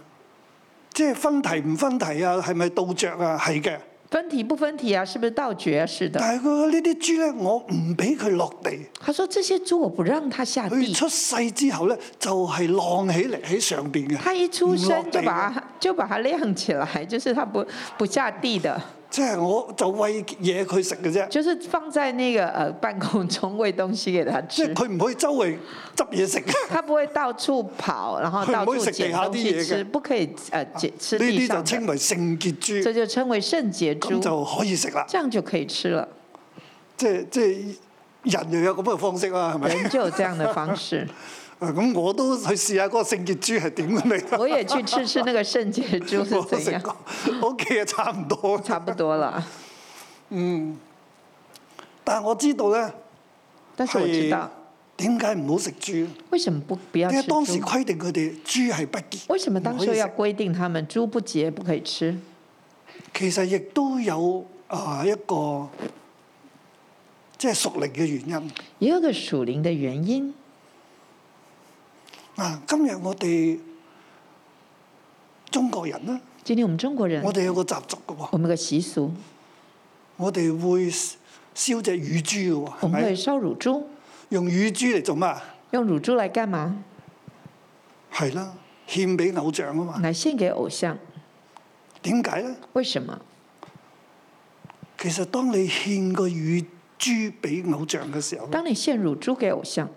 B: 即係分題唔分題啊？係咪倒着啊？係嘅。
C: 分題不分題啊？是不是倒嚼啊？是的。
B: 但係佢呢啲豬咧，我唔俾佢落地。
C: 他說这些猪我不讓它下
B: 佢
C: 地，
B: 出世之後咧，就係、晾起嚟喺上邊嘅。
C: 他一出生就
B: 唔落
C: 把
B: 地
C: 它就把它晾起來，就是它不不下地的，
B: 即係我就餵嘢佢食嘅啫，
C: 就是放在那個呃半空中餵東西給它
B: 即
C: 吃
B: 係，佢唔可以周圍執嘢食嘅。
C: 它不會到處跑，然後
B: 佢唔
C: 到
B: 可以
C: 處
B: 食地
C: 撿
B: 下
C: 東
B: 啲嘢
C: 西
B: 嘅
C: 吃，不可以呃撿吃
B: 呢
C: 地
B: 啲就
C: 上
B: 稱
C: 的，
B: 為聖潔豬，
C: 這就稱為聖潔
B: 咁
C: 豬，
B: 就可以食啦。
C: 這樣就可以吃 了。
B: 即係即係人又有咁嘅方式啦，係咪？
C: 人就有這樣的方式，
B: 啊咁我都去試下嗰個聖潔豬係點嘅味。
C: 我也去吃吃那個聖潔豬
B: 我都
C: 是
B: 食
C: 怎樣，
B: 過，我屋企啊差唔多。
C: 差不多了。
B: 但係我知道咧，
C: 但是我知道
B: 點解唔好食豬？
C: 為什麼不不要
B: 哎因為
C: 吃
B: 當時
C: 豬。
B: 規定佢哋豬係不潔。
C: 为什么当
B: 唔可以
C: 初要
B: 食
C: 規定他們豬不潔不可以吃？
B: 其實亦都有啊一個即係屬靈嘅原因。
C: 也有個屬靈的原因。
B: 啊，今日我哋中國人咧，
C: 今天我們中國人
B: 我，哋有個習俗嘅喎，
C: 我們有個習俗，
B: 我哋會燒只乳豬嘅喎，係
C: 我們會
B: 咪？
C: 燒乳豬，
B: 用乳豬嚟做乜啊？
C: 用乳豬來幹嘛？
B: 係啦，獻俾偶像啊嘛。
C: 來獻給偶像。
B: 點解咧？
C: 為什麼？
B: 其實當你獻個乳豬俾偶像嘅時候，
C: 當你獻乳豬給偶像，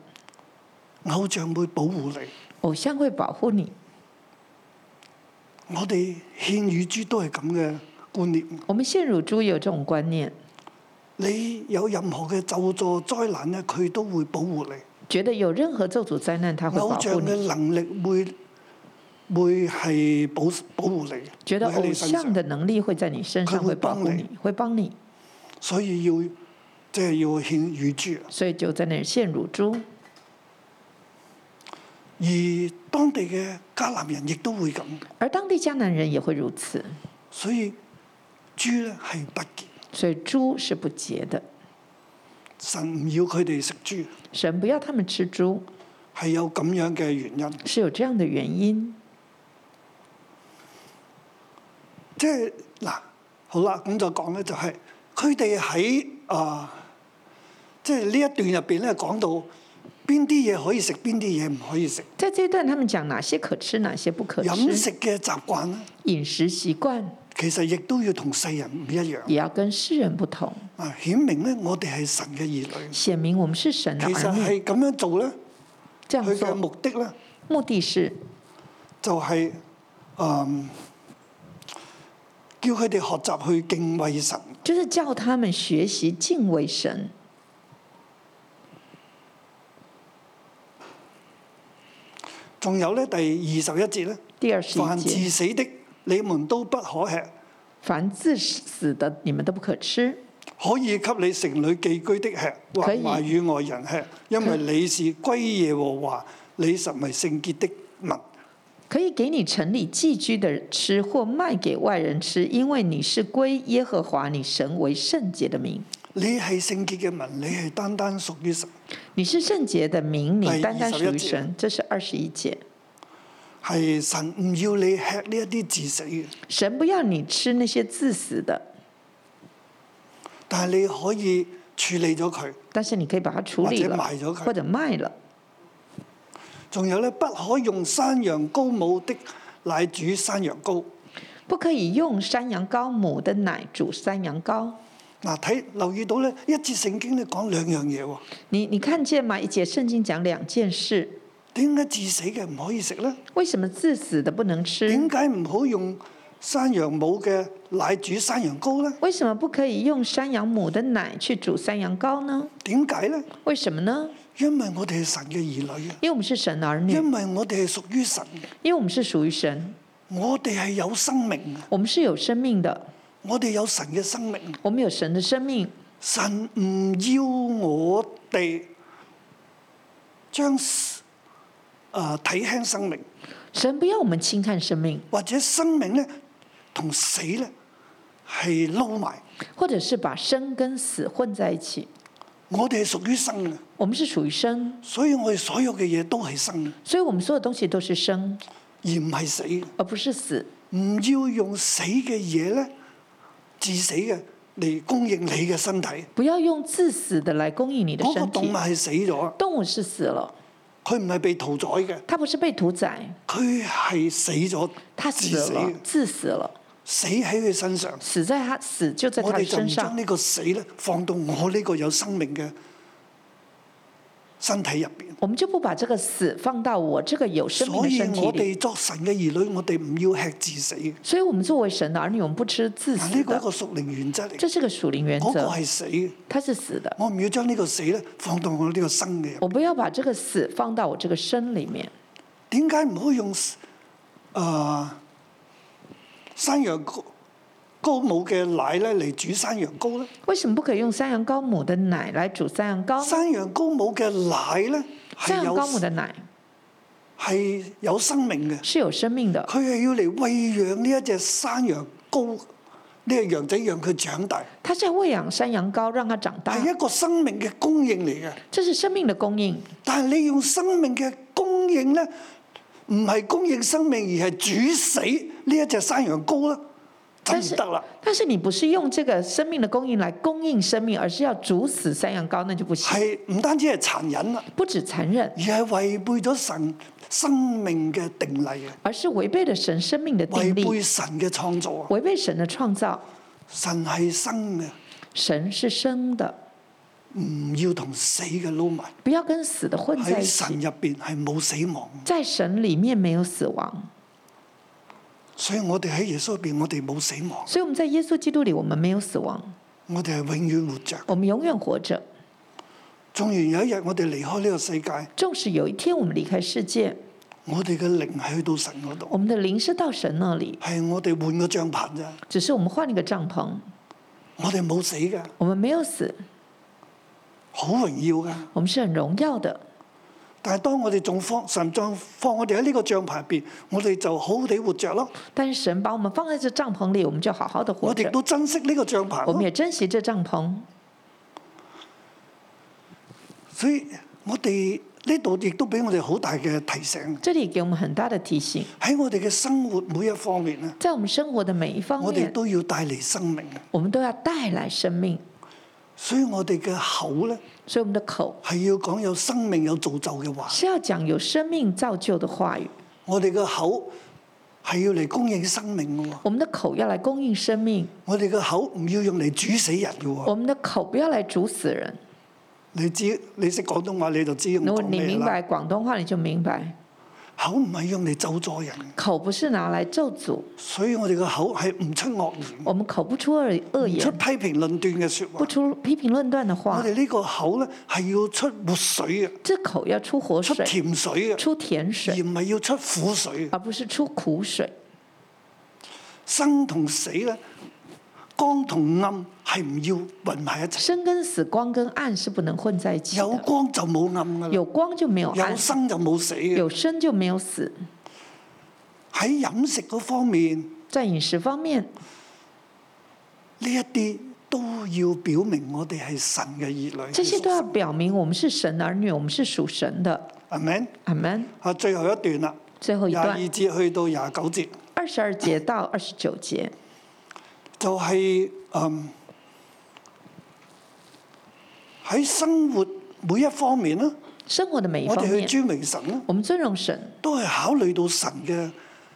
B: 偶像會保護你。
C: 偶像會保護你。
B: 我哋獻乳豬都係咁嘅觀念。
C: 我們獻乳豬有這種觀念，
B: 你有任何嘅咒詛災難咧，佢都會保護你。
C: 覺得有任何咒詛災難，他會保
B: 偶像
C: 護
B: 嘅
C: 你。
B: 能力會會係保保護你，
C: 覺得
B: 會喺
C: 偶
B: 你身上
C: 像的能力會在你身上
B: 他會
C: 會保護
B: 幫你
C: 你，會幫你，
B: 所以要即係、要獻乳豬。啊
C: 所以就在那裡獻乳豬。
B: 而當地嘅迦南人亦都會咁，
C: 而當地迦南人也會如此，
B: 所以豬咧係不潔，
C: 所以豬是不潔的。
B: 神唔要佢哋食豬，
C: 神不要他們吃豬，
B: 係有咁樣嘅原因。
C: 是有這樣的原因。
B: 即係嗱，好啦，咁就講咧，就係佢哋喺啊即係呢一段入邊咧講到邊啲嘢可以食，邊啲嘢唔可以食，
C: 在这一段，他们讲哪些可吃，哪些不可
B: 飲
C: 吃，
B: 食嘅習慣咧，
C: 饮食习惯
B: 其實亦都要同世人唔一樣。
C: 也要跟世人不同，
B: 啊，顯明咧，我哋係神嘅兒女。
C: 显明我们是神的
B: 其實
C: 儿女。
B: 係咁樣做咧，
C: 这
B: 佢
C: 样
B: 嘅
C: 做
B: 目的咧
C: 目的是
B: 就係、嗯叫佢哋學習去敬畏神。
C: 就是叫他们学习敬畏神。
B: 仲有咧，第二十一節咧，
C: 第二十一
B: 凡
C: 节
B: 致，死的，你們都不可吃；
C: 凡自死的，你们都不可吃，
B: 可以給你城裏寄居的吃，或
C: 可以
B: 賣與外人吃，因為你是歸耶和華，你實為聖潔的民。
C: 可以给你城里寄居的吃，或卖给外人吃，因为你是归耶和华你神为圣洁的名。
B: 你係聖潔嘅民，你係單單屬於神。
C: 你是圣洁的名，你
B: 哎
C: 单单属于
B: 21节
C: 神。这是二十一节。
B: 係神唔要你吃呢一啲致死嘅，
C: 神不要你吃那些自死的，
B: 但係你可以處理咗佢。
C: 但是你可以把它处理
B: 或
C: 了，
B: 者賣咗佢
C: 或者卖了。
B: 仲有咧，不可用山羊羔母的奶煮山羊羔。
C: 不可以用山羊羔母的奶煮山羊羔。
B: 嗱，睇留意到咧，一節聖經咧講兩樣嘢喎。
C: 你你看见吗？一节圣经讲两件事，
B: 點解致死嘅唔可以食咧？
C: 为什么自死的不能
B: 點
C: 吃？
B: 解唔好用山羊母嘅奶煮山羊羔咧？
C: 为什么不可以用山羊母的奶去煮山羊羔呢？
B: 點解咧？
C: 为什么呢？
B: 因為我哋係神嘅兒女啊，
C: 因为我们是神的儿女，
B: 因為我哋係屬於神嘅，
C: 因为我们是属于神，
B: 我哋係有生命嘅，
C: 我们是有生命的，
B: 我哋有神嘅生命。
C: 我们有神的生命。
B: 神唔要我哋將啊睇輕生命，
C: 神不要我们轻看生命，
B: 或者生命咧同死咧係撈埋。
C: 或者是把生跟死混在一起。
B: 我哋係屬於生嘅，
C: 我们是属于生，
B: 所以我哋所有嘅嘢都係生嘅，
C: 所以我们所有东西都是生，
B: 而唔係死嘅。
C: 而不是死。
B: 唔要用死嘅嘢咧，致死嘅嚟供應你嘅身體。
C: 不要用致死的来供应你的
B: 嗰、個
C: 身
B: 動
C: 体
B: 物。係死咗，
C: 动物是死了，
B: 佢唔係被屠宰嘅，
C: 它不是被屠宰，
B: 佢係死咗，
C: 它
B: 致
C: 死
B: 死
C: 了
B: 嘅，，
C: 致死了，
B: 死喺佢身上。
C: 死在它死就在它
B: 我
C: 的
B: 哋就唔
C: 身
B: 將
C: 上。
B: 呢個死咧放到我呢個有生命嘅身體入邊。
C: 我们就不把这个死放到我这个有生命
B: 所
C: 的
B: 以
C: 身体
B: 我
C: 里。
B: 哋作神嘅兒女，我哋唔要吃致死嘅。
C: 所以，我们作为神的儿女，我们不吃自
B: 嗱，呢
C: 死
B: 個一個
C: 的，
B: 屬靈原則嚟
C: 这
B: 嘅，
C: 是个属灵原
B: 嗰、個
C: 则，
B: 係死嘅。
C: 它是死的。
B: 我唔要將呢個死咧放到我呢個生嘅入邊。
C: 我不要把这个死放到我这个生里面。
B: 點解唔好用誒、呃山羊羔羔母嘅奶咧嚟煮山羊羔咧？
C: 为什么不可以用山羊羔母的奶来煮山羊羔？
B: 山羊羔母嘅奶咧
C: 哦山
B: 係
C: 羊羔母
B: 有
C: 的奶
B: 係有生命嘅，
C: 是有生命的，
B: 佢係要嚟餵養呢一隻山羊羔，呢個羊仔讓佢長大，
C: 它是要喂养山羊羔，让它长大，
B: 係一個生命嘅供應嚟嘅。
C: 这是生命的供应。
B: 但係你用生命嘅供應咧，唔係供應生命，而係煮死呢一隻山羊羔咧，就
C: 但
B: 唔
C: 是
B: 得啦。
C: 但是你不是用这个生命的供应来供应生命，而是要煮死山羊羔，那就不行。
B: 係唔單止係殘忍啦，
C: 不止残忍，
B: 而係違背咗神生命嘅定例啊，
C: 而是违背了神生命的定
B: 違
C: 力，
B: 背神嘅創造啊！
C: 违背神的创造。
B: 神係生嘅，
C: 神是生的，
B: 唔要同死嘅撈埋。
C: 不要跟死的混在
B: 喺
C: 一
B: 神
C: 起。
B: 入邊係冇死亡，
C: 在神里面没有死亡，
B: 所以我哋喺耶穌入邊，我哋冇死亡，
C: 所以我们在耶稣基督里，我们没有死亡，
B: 我哋係永遠活着。
C: 我们永远活着。
B: 縱然有一日我哋離開呢個世界，
C: 纵使有一天我们离开世界，
B: 我哋嘅靈係去到神嗰
C: 我
B: 度，
C: 们的灵是到神那里，
B: 係我哋換個帳篷咋，
C: 只是我们换了一个帐篷，
B: 我哋冇死㗎，
C: 我们没有死，
B: 好榮耀㗎。
C: 我们是很榮耀的。
B: 但係當我哋仲放神仲放我哋喺呢個帳篷入邊，我哋就好好地活着咯。
C: 但是神把我们放在这帐篷里，我们就好好的活
B: 我
C: 着
B: 哋。都珍惜呢個帳篷
C: 我
B: 咯，
C: 们也珍惜这帐篷，
B: 所以我哋呢度亦都俾我哋好大嘅提醒。
C: 这里给我们很大的提醒，
B: 喺我哋嘅生活每一方面咧，
C: 在我们生活的每一方
B: 我哋
C: 面，
B: 都要帶嚟生命。
C: 我们都要带来生命。
B: 所以我哋嘅口咧
C: 所以我们的口
B: 係要講有生命有造就嘅話，
C: 是要讲有生命造就的话语，
B: 我哋嘅口係要嚟供應生命嘅喎，
C: 我们的口要来供应生命，
B: 我哋嘅口唔要用嚟煮死人嘅喎。
C: 我们的口不要来煮死人。
B: 你知你識廣東話你就知用
C: 如果
B: 講
C: 你
B: 咩
C: 明
B: 啦。
C: 白廣東話，你就明白，
B: 口唔係用嚟咒助人，
C: 口不是拿来咒詛，
B: 所以我哋嘅口係唔出惡言，
C: 我们口不出恶恶
B: 唔出
C: 言，
B: 批評論斷嘅説
C: 不
B: 話。
C: 出批評論斷的
B: 我
C: 話，
B: 哋呢個口咧係要出活水嘅，
C: 这口要出活
B: 出
C: 水，
B: 甜水嘅，
C: 出甜
B: 而
C: 水，
B: 唔係要出苦水嘅。
C: 而不是出苦水。
B: 生同死咧，光同暗係唔要混埋一齊。
C: 生跟死、光跟暗是不能混在一起
B: 有
C: 的，
B: 光就冇暗噶啦，
C: 有光就沒有暗
B: 有，生就冇死嘅。
C: 有生就沒有死。
B: 喺飲食嗰方面，
C: 在飲食方面，
B: 呢一啲都要表明我哋係神嘅兒女。
C: 這些都要表明我們是神的兒女，我們是屬神的。
B: 阿 m
C: 阿門。
B: 啊，最後一段啦，
C: 最後一
B: 廿二
C: 段，
B: 節去到廿九節，
C: 二十二節到二十九節，
B: 就係、嗯喺生活每一方面啦，
C: 生活的每一
B: 我
C: 方
B: 哋去
C: 面，
B: 尊榮神啦，
C: 我們尊榮神，
B: 都係考慮到神嘅，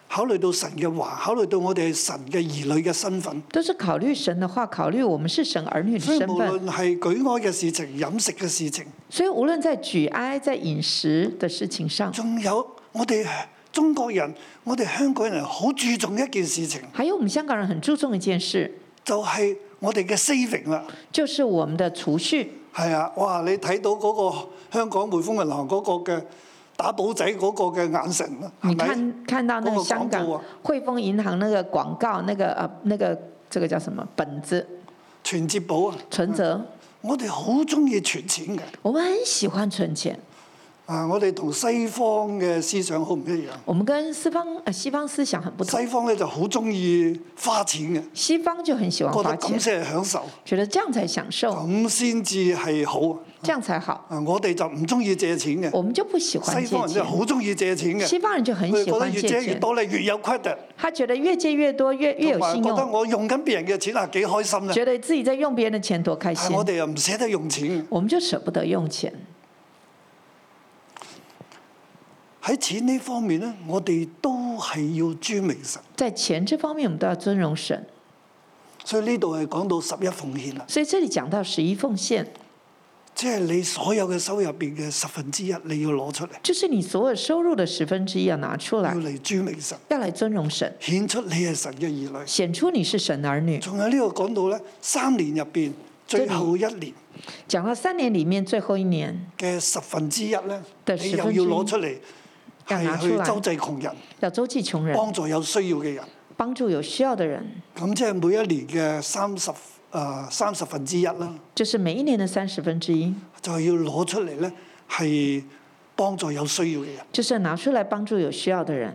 B: 考慮到神嘅話，考慮到我哋係神嘅兒女嘅身份。
C: 都是考慮神的話，考慮我們是神兒女的
B: 所以
C: 身
B: 無
C: 份。
B: 論係舉哀嘅事情、飲食嘅事情，
C: 所以無論在舉哀、在飲食的事情上，
B: 仲有我哋中國人、我哋香港人好注重一件事情，
C: 還有我們香港人很注重一件事，
B: 就係、我哋嘅 saving 啦。
C: 就是我們的儲蓄。
B: 係啊，哇！你睇到嗰個香港匯豐銀行嗰個嘅打保仔嗰個嘅眼神啦，
C: 你
B: 係咪？
C: 看看到那
B: 那
C: 個
B: 個
C: 香港
B: 廣告啊
C: 匯豐銀行那個廣告，那個呃那個這個叫什麼本子
B: 存折簿啊，
C: 存折，
B: 我哋好中意存錢嘅。
C: 我們很喜歡存錢。
B: 啊，我哋同西方嘅思想好唔一樣。
C: 我們跟西方呃西方思想很不同，
B: 西方咧就好中意花錢嘅，
C: 西方就很喜歡
B: 覺
C: 花
B: 得咁
C: 錢，
B: 先係享受，
C: 覺得這樣才享受，
B: 咁先至係好。
C: 這樣才好。
B: 啊，我哋就唔中意借錢嘅。
C: 我們就不喜歡
B: 西方
C: 借
B: 人真係
C: 錢，
B: 好中意借錢嘅，
C: 西方人就很
B: 佢哋
C: 喜
B: 覺得
C: 歡
B: 越
C: 借
B: 借越
C: 錢，
B: 多咧，越有 credit，
C: 他覺得越借越多，越越
B: 同
C: 有
B: 埋
C: 信
B: 覺得
C: 用，
B: 我用緊別人嘅錢啊幾開心咧。
C: 覺得自己在用別人的錢多開
B: 但係
C: 心
B: 我，哋又唔捨得用錢，
C: 我們就捨不得用錢。
B: 喺錢呢方面咧，我哋都係要尊明神。
C: 在錢這方面，我們都要尊榮神。
B: 所以呢度係講到十一奉獻啦，
C: 所以這裡講到十一奉獻。
B: 即係你所有嘅收入入邊嘅十分之一，你要攞出嚟，
C: 就是你所有收入的十分之一要拿出
B: 要
C: 來，
B: 嚟尊明神，
C: 要來尊榮神，
B: 顯出你係神嘅兒女。
C: 顯出你是神的兒女。
B: 仲有呢度講到咧，三年入邊最後一年
C: 講到三年裡面最後一年
B: 嘅十分之一咧，
C: 嘅
B: 你
C: 十
B: 又
C: 分之
B: 要
C: 一
B: 攞出嚟，
C: 要拿
B: 係
C: 出
B: 去
C: 來
B: 周濟窮人。
C: 要周濟窮人，
B: 幫助有需要嘅人。
C: 幫助有需要的人，
B: 咁即係每一年嘅三十誒三十分之一啦，
C: 就是每一年的三十分之一，
B: 就係要攞出嚟咧，係幫助有需要嘅人。
C: 就是拿出來幫助有需要的人。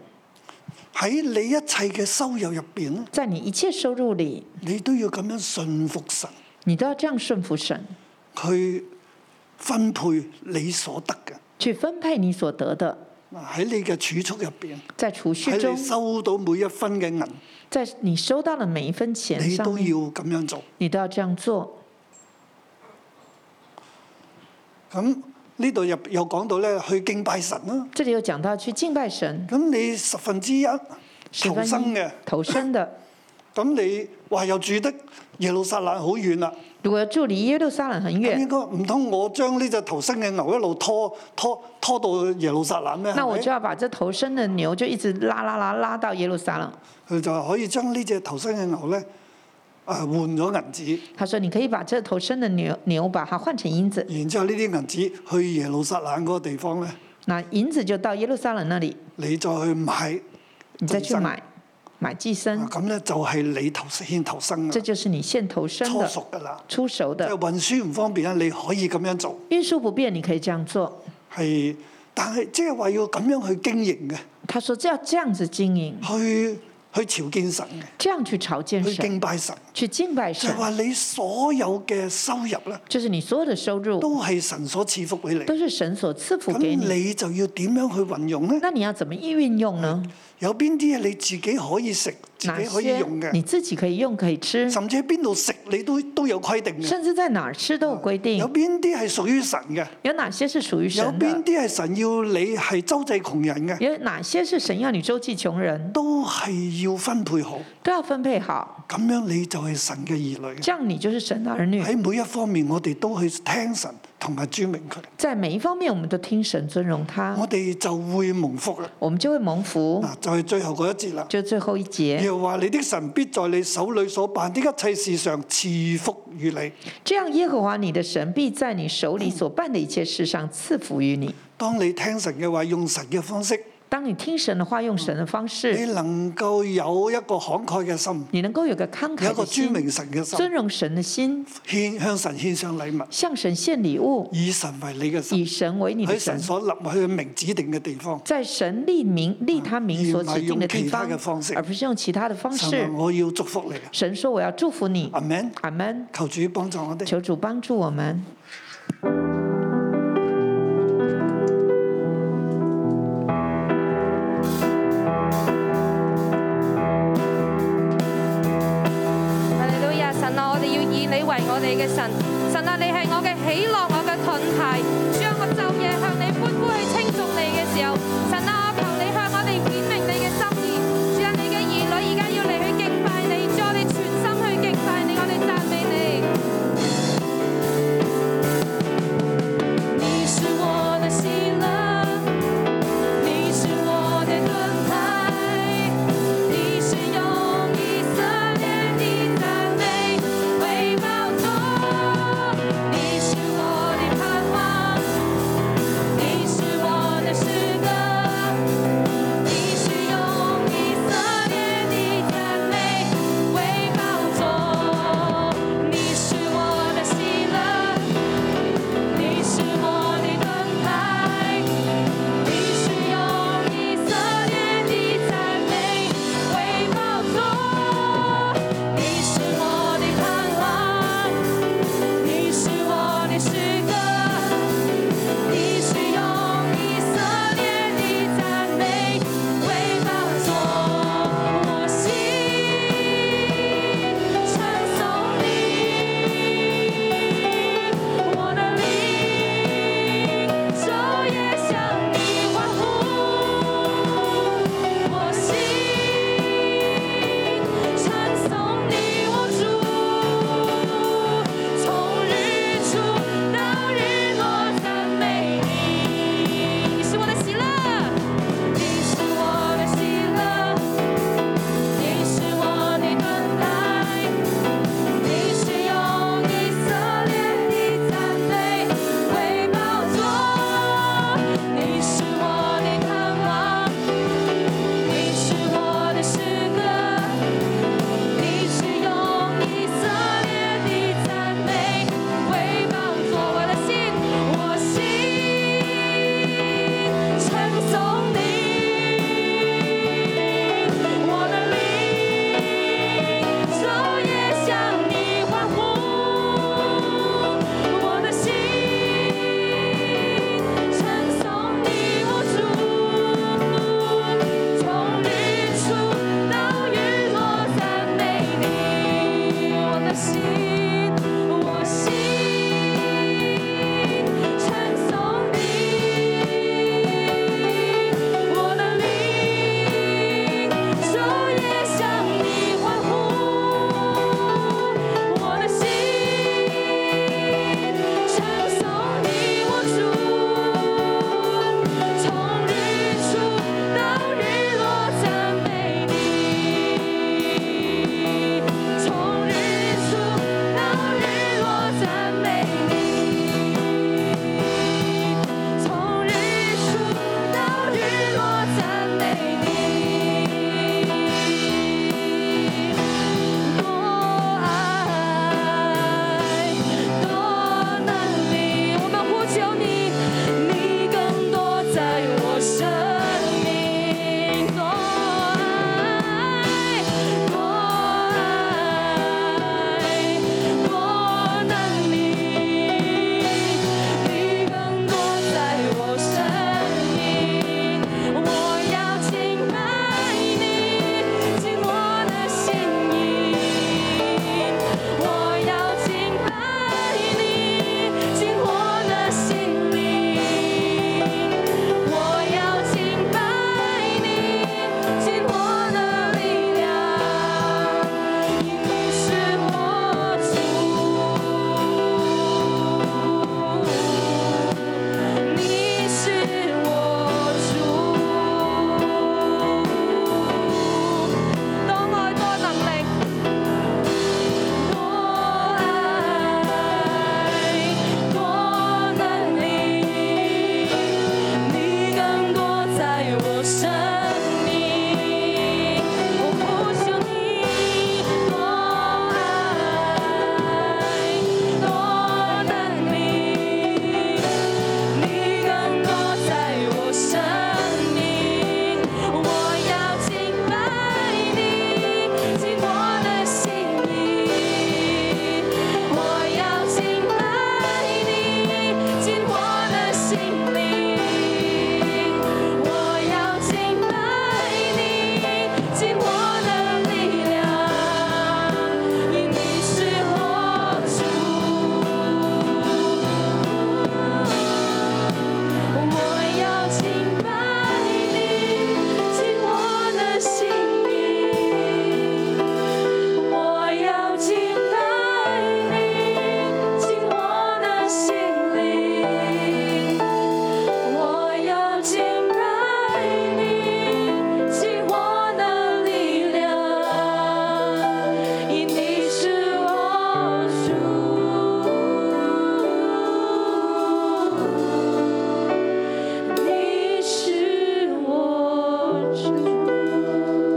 B: 喺你一切嘅收入入邊咧，
C: 在你一切收入裡，
B: 你都要咁樣信服神，
C: 你都要這樣順服神，
B: 去分配你所得嘅。
C: 去分配你所得的，
B: 嗱喺你嘅儲蓄入邊，
C: 在儲蓄
B: 喺
C: 中
B: 你，收到每一分嘅銀，
C: 在你收到的每一分錢
B: 你
C: 上
B: 都要
C: 面，
B: 咁樣做。
C: 你都要這樣做。
B: 咁呢度又又講到咧，去敬拜神啦。
C: 這裡有講到去敬拜神，
B: 咁你十分之一
C: 十
B: 投
C: 分
B: 生嘅。
C: 投生的。
B: 咁你話又住得耶路撒冷好遠啦，
C: 如果住離耶路撒冷很
B: 咁
C: 遠
B: 應，該唔通我將呢隻頭生嘅牛一路拖拖拖到耶路撒冷咩？
C: 那我
B: 係
C: 就
B: 咪
C: 要把這頭生的牛就一直拉拉拉拉到耶路撒冷。
B: 佢就可以將呢隻頭生嘅牛咧，誒、換咗銀
C: 他說：“你可以把這頭生的牛牛把它換成銀子，
B: 紙，然之後呢啲銀紙去耶路撒冷嗰個地方咧，
C: 那銀子就到耶路撒冷那裡，
B: 你再去買，
C: 你再去
B: 寄生
C: 買買寄
B: 啊
C: 生，
B: 咁咧就係你頭先頭生
C: 這
B: 嘅
C: 就是你現頭生
B: 初
C: 的
B: 熟㗎啦，
C: 出熟
B: 即係
C: 的。
B: 運輸唔方便咧，啊你可以咁樣做，
C: 運輸不便，你可以這樣做。
B: 係，但係即係話要咁樣去經營嘅，”
C: 他說：“這要這樣子經營，
B: 去去朝見神嘅，
C: 這樣去朝見
B: 去
C: 神，
B: 敬拜神。
C: 去敬拜
B: 就
C: 嗯神
B: 係，話你所有嘅收入咧，
C: 就是你所有的收入
B: 都係神所賜福俾你。
C: 都是神所賜福
B: 咁
C: 給你。
B: 你就要點樣去運用咧？
C: 那你要怎麼運用呢？
B: 有邊啲嘢你自己可以食，自
C: 哪
B: 己可以
C: 些
B: 用嘅
C: 你，自己可以用可以吃，
B: 甚至喺邊度食你都都有規定嘅。
C: 甚至在哪儿吃都有规定
B: 有。邊啲係屬於神嘅，
C: 有哪些是属于
B: 有
C: 神啊
B: 邊
C: 的？
B: 啲係神要你係周濟窮人嘅，
C: 有哪些是神要你周济穷人？
B: 都係要分配好。
C: 都要分配好，
B: 咁樣你就係神嘅兒女。
C: 这样你就是神的儿女。
B: 喺每一方面，我哋都去聽神同埋尊明佢，
C: 在每一方面，我们都听神尊荣
B: 我啊
C: 他，
B: 哋就會蒙福啦。
C: 我们就会蒙福。
B: 嗱，就係最後嗰一節啦。
C: 就最后一节，
B: 耶和華你的神必在你手裏所辦的一切事上賜福與你。
C: 这样耶和华你的神必在你手里所办的一切事上赐福于你。
B: 當你聽神嘅話，用神嘅方式，
C: 当你听神的话，用神的方
B: 你
C: 式，
B: 能夠有一個慷慨嘅心，
C: 你能够有个慷
B: 有
C: 慨
B: 一個
C: 的
B: 尊
C: 心，
B: 明神嘅
C: 尊
B: 心，
C: 荣神的心，
B: 獻向神獻上禮物，
C: 向神献礼物，
B: 以神為你嘅神，
C: 以神为你的
B: 喺
C: 神
B: 哎神，所立佢名指定嘅地方。
C: 在神立名立他名所指定的地
B: 啊而唔係用其他嘅方
C: 方
B: 式，
C: 而不是用其他的方式
B: 神話。啊我要祝福你，
C: 神说：“我要祝福你。
B: 阿 Man，”
C: 阿门。
B: 求主幫助我哋。
C: 求主帮助我们。
D: 哈利路亞！神啊，我哋要以你為我哋嘅神，神啊，你係我嘅喜樂，我嘅盾牌，主啊，我晝夜向你歡呼去稱頌你嘅時候，神啊，我求你向我哋顯明你嘅心意，主啊，你嘅兒女而家要嚟去敬拜你，主我哋全心去敬拜你，我哋讚美你。你是我的喜樂，你是我的盾牌。你是用以色列的赞美为宝座，你是我的盼望，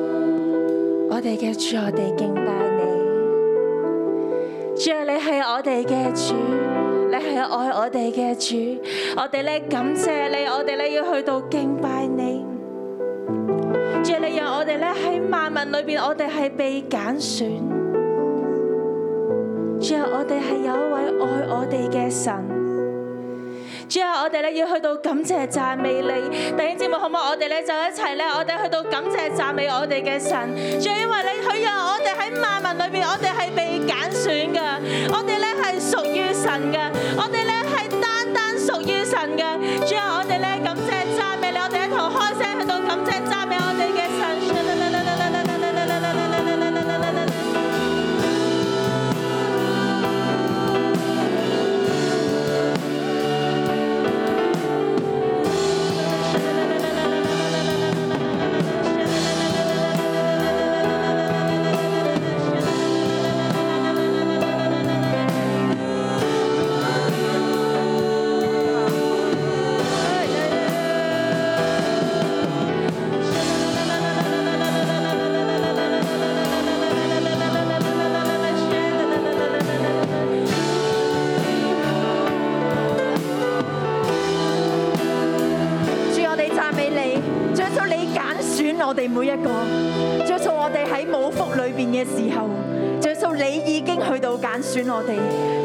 D: 主，我哋敬拜你。主啊，你係我哋嘅主，你係愛我哋嘅主，我哋咧感謝你，我哋咧要去到敬拜你。主啊，你讓我哋咧喺萬民裏邊，我哋係被揀選。主啊，我哋係有一位愛我哋嘅神。主啊，我哋咧要去到感謝讚美你，弟兄姊妹好唔好？我哋咧就一齊咧，我哋去到感謝讚美我哋嘅神。主啊，因為你佢讓我哋喺萬民裏邊，我哋係被揀選嘅，我哋咧係屬於神嘅，我哋咧係單單屬於神嘅。主啊，我哋咧感謝讚美你，我哋一同開聲去到感謝讚美我哋嘅神。
E: 主，我哋讚美你，主耶穌你揀選我哋每一個，主耶穌我哋喺冇福裏邊嘅時候，主耶穌你已經去到揀選我哋，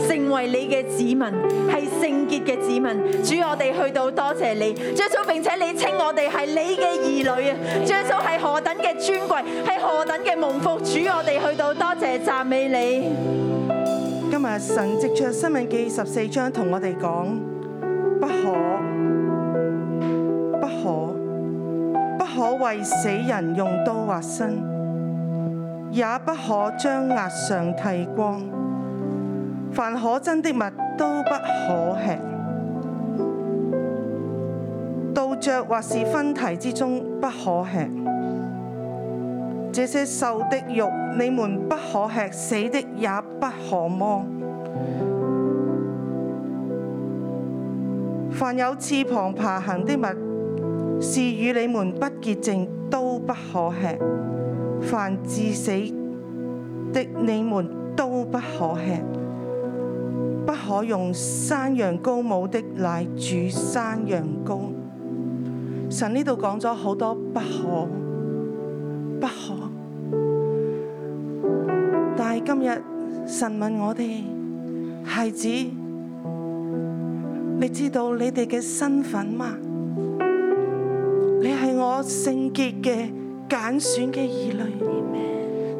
E: 成為你嘅子民，係聖潔嘅子民。主，我哋去到多謝你，主耶穌並且你稱我哋係你嘅兒女啊，主耶穌係何等嘅尊貴，係何等嘅蒙福。主，我哋去到多謝讚美你。
F: 今日神藉着《生命記》十四章同我哋講：不可，不可，不可為死人用刀劃身，也不可將額上剃光。凡可憎的物都不可吃。倒嚼或是分蹄之中不可吃。這些瘦的肉你們不可吃，死的也不可摸。凡有翅膀爬行的物，是與你們不潔淨，都不可吃。凡致死的你們都不可吃，不可用山羊羔母的奶煮山羊羔。神呢度講咗好多不可。不可。但係今日神問我哋，孩子，你知道你哋嘅身份嗎？你係我聖潔嘅揀選嘅兒女，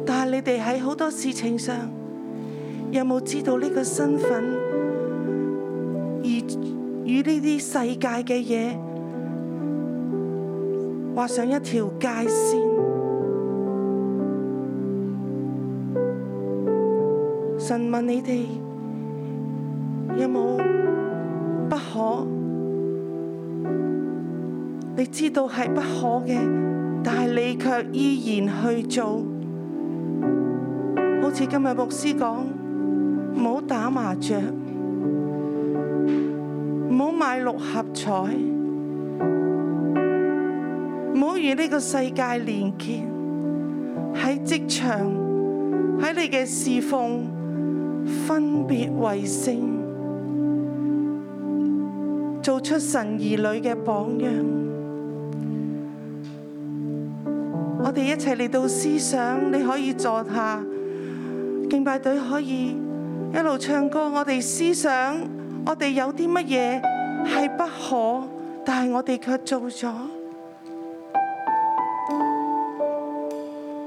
F: 但係你哋喺好多事情上，有冇知道呢個身份，而與呢啲世界嘅嘢畫上一條界線？神問你哋有冇不可？你知道係不可嘅，但係你卻依然去做。好似今日牧師講，唔好打麻雀，唔好買六合彩，唔好與呢個世界連結。喺職場，喺你嘅侍奉。分別為聖，做出神兒女嘅榜樣。我哋一齊嚟到思想，你可以坐下，敬拜隊可以一路唱歌。我哋思想，我哋有啲乜嘢係不可，但係我哋卻做咗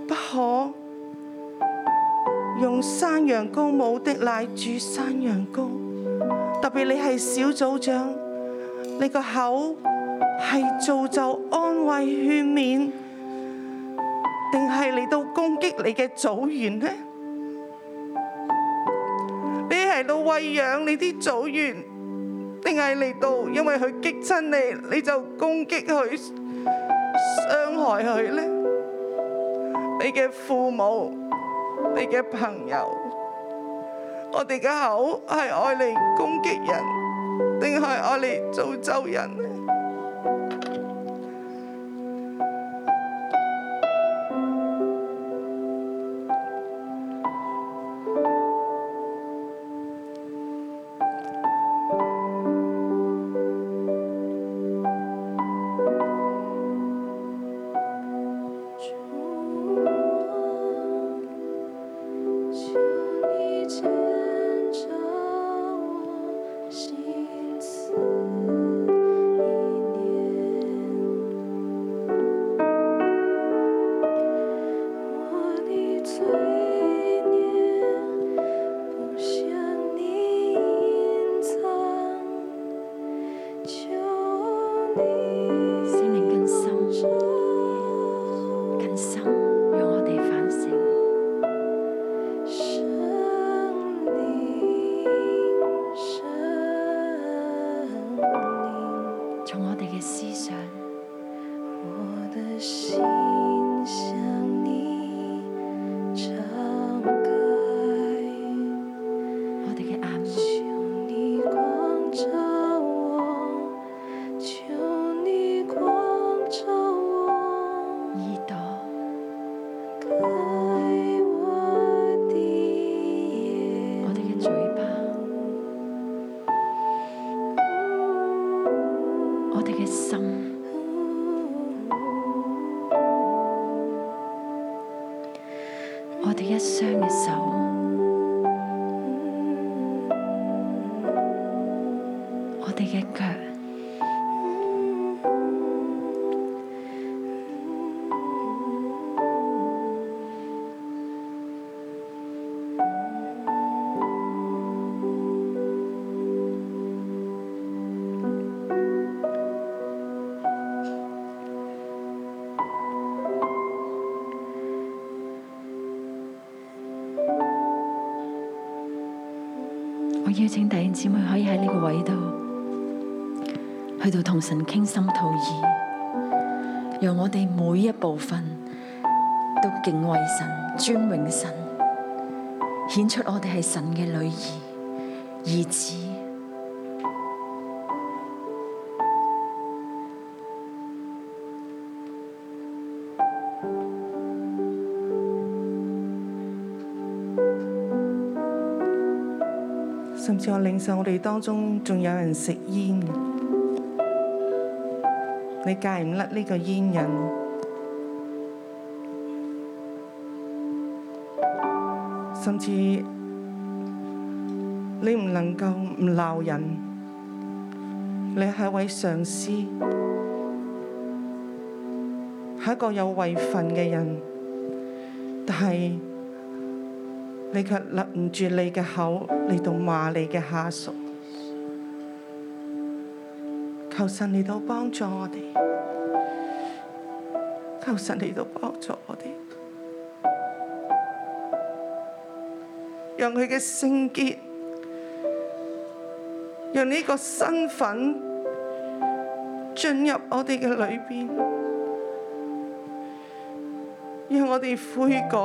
F: 不可。用山羊羔母的奶煮山羊羔。特別你係小組長，你個口係造就安慰勸勉，定係嚟到攻擊你嘅組員呢？你係到餵養你啲組員，定係嚟到因為佢激親你，你就攻擊佢、傷害佢呢？你嘅父母。你嘅朋友，我哋嘅口係愛嚟攻擊人，定係愛嚟造就人呢？
E: 邀請弟兄姊妹可以喺呢個位度，去到同神傾心吐意，讓我哋每一部分都敬畏神、尊榮神，顯出我哋係神嘅女兒、兒子。
F: 甚至我領受我哋當中仲有人食煙嘅，你戒唔甩呢個煙癮，甚至你唔能夠唔鬧人，你係一位上司，係一個有位份嘅人，但係。你卻勒唔住你嘅口嚟到罵你嘅下屬。求神嚟到幫助我哋，求神嚟到幫助我哋，讓佢嘅聖潔，讓呢個身份進入我哋嘅裏邊，讓我哋悔改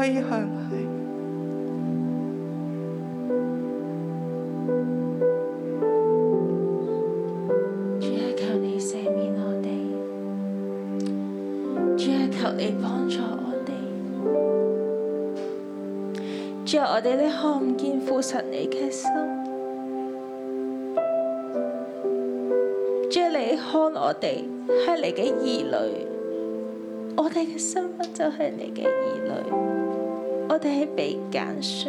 F: 歸向佢。
D: 主啊，求你赦免我哋。主啊，求你幫助我哋。主啊，我哋呢看唔見父神你嘅心。主啊，你看我哋係你嘅兒女，我哋嘅身份就係你嘅兒女，我哋係被揀選。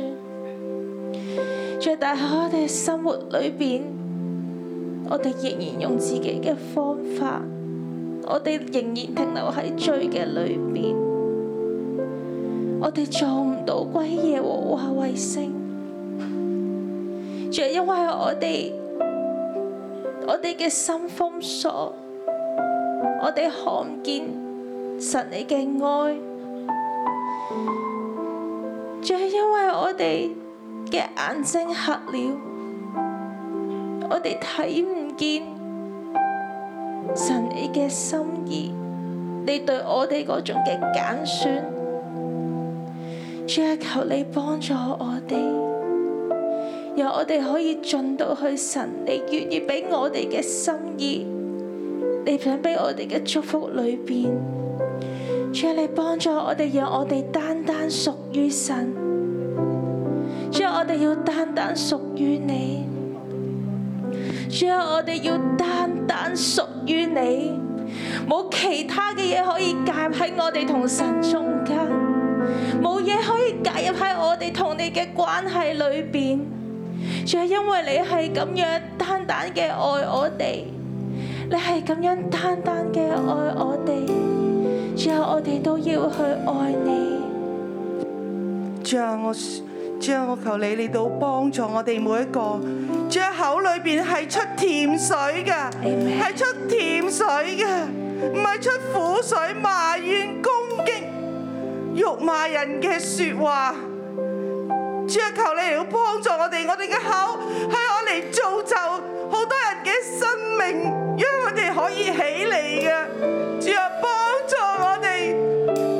D: 主啊，但係喺我哋生活裏邊。我哋仍然用自己嘅方法，我哋仍然停留喺罪嘅裏邊，我哋做唔到歸耶和華為聖，仲係因為我哋我哋嘅心封鎖，我哋看唔見神你嘅愛，仲係因為我哋嘅眼睛黑了。我哋睇唔見神你嘅心意，你對我哋嗰種嘅揀選，主啊，求你幫助我哋，讓我哋可以進到去神你願意俾我哋嘅心意，你想俾我哋嘅祝福裏邊，主啊，你幫助我哋，讓我哋單單屬於神，主啊，我哋要單單屬於你。主啊，我哋要單單屬於你，冇其他嘅嘢可以介入喺我哋同神中間，冇嘢可以介入喺我哋同你嘅關係裏邊。主啊，因為你係咁樣單單嘅愛我哋，你係咁樣單單嘅愛我哋，主啊，我哋都要去愛你。
F: 主啊，我主啊，我求你嚟到幫助我哋每一個。主啊，口裏邊係出甜水嘅，係出甜水嘅，唔係出苦水、埋怨、攻擊、辱罵人嘅説話。主啊，求你嚟到幫助我哋，我哋嘅口係我嚟造就好多人嘅生命，讓我哋可以起嚟嘅。主啊，幫助我哋。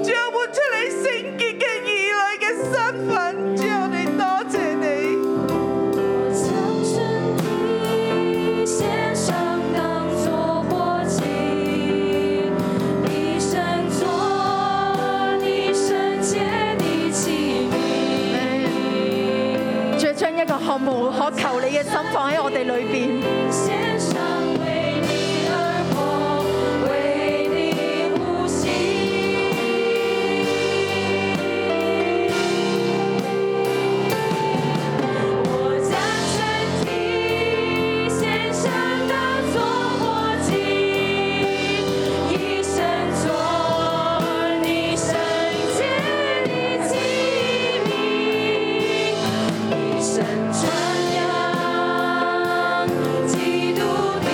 F: 主啊，活出你聖潔嘅兒女嘅身份，主啊，我哋多謝你。
G: 曾順你獻上當作活祭，一生做你聖潔的器皿，
H: 主將一個可無可求你嘅心放喺我哋裏邊。
G: 獻上為你而活，為你呼吸。我將身體獻上，當作活祭，一生做你聖潔的器皿，一生傳揚基督的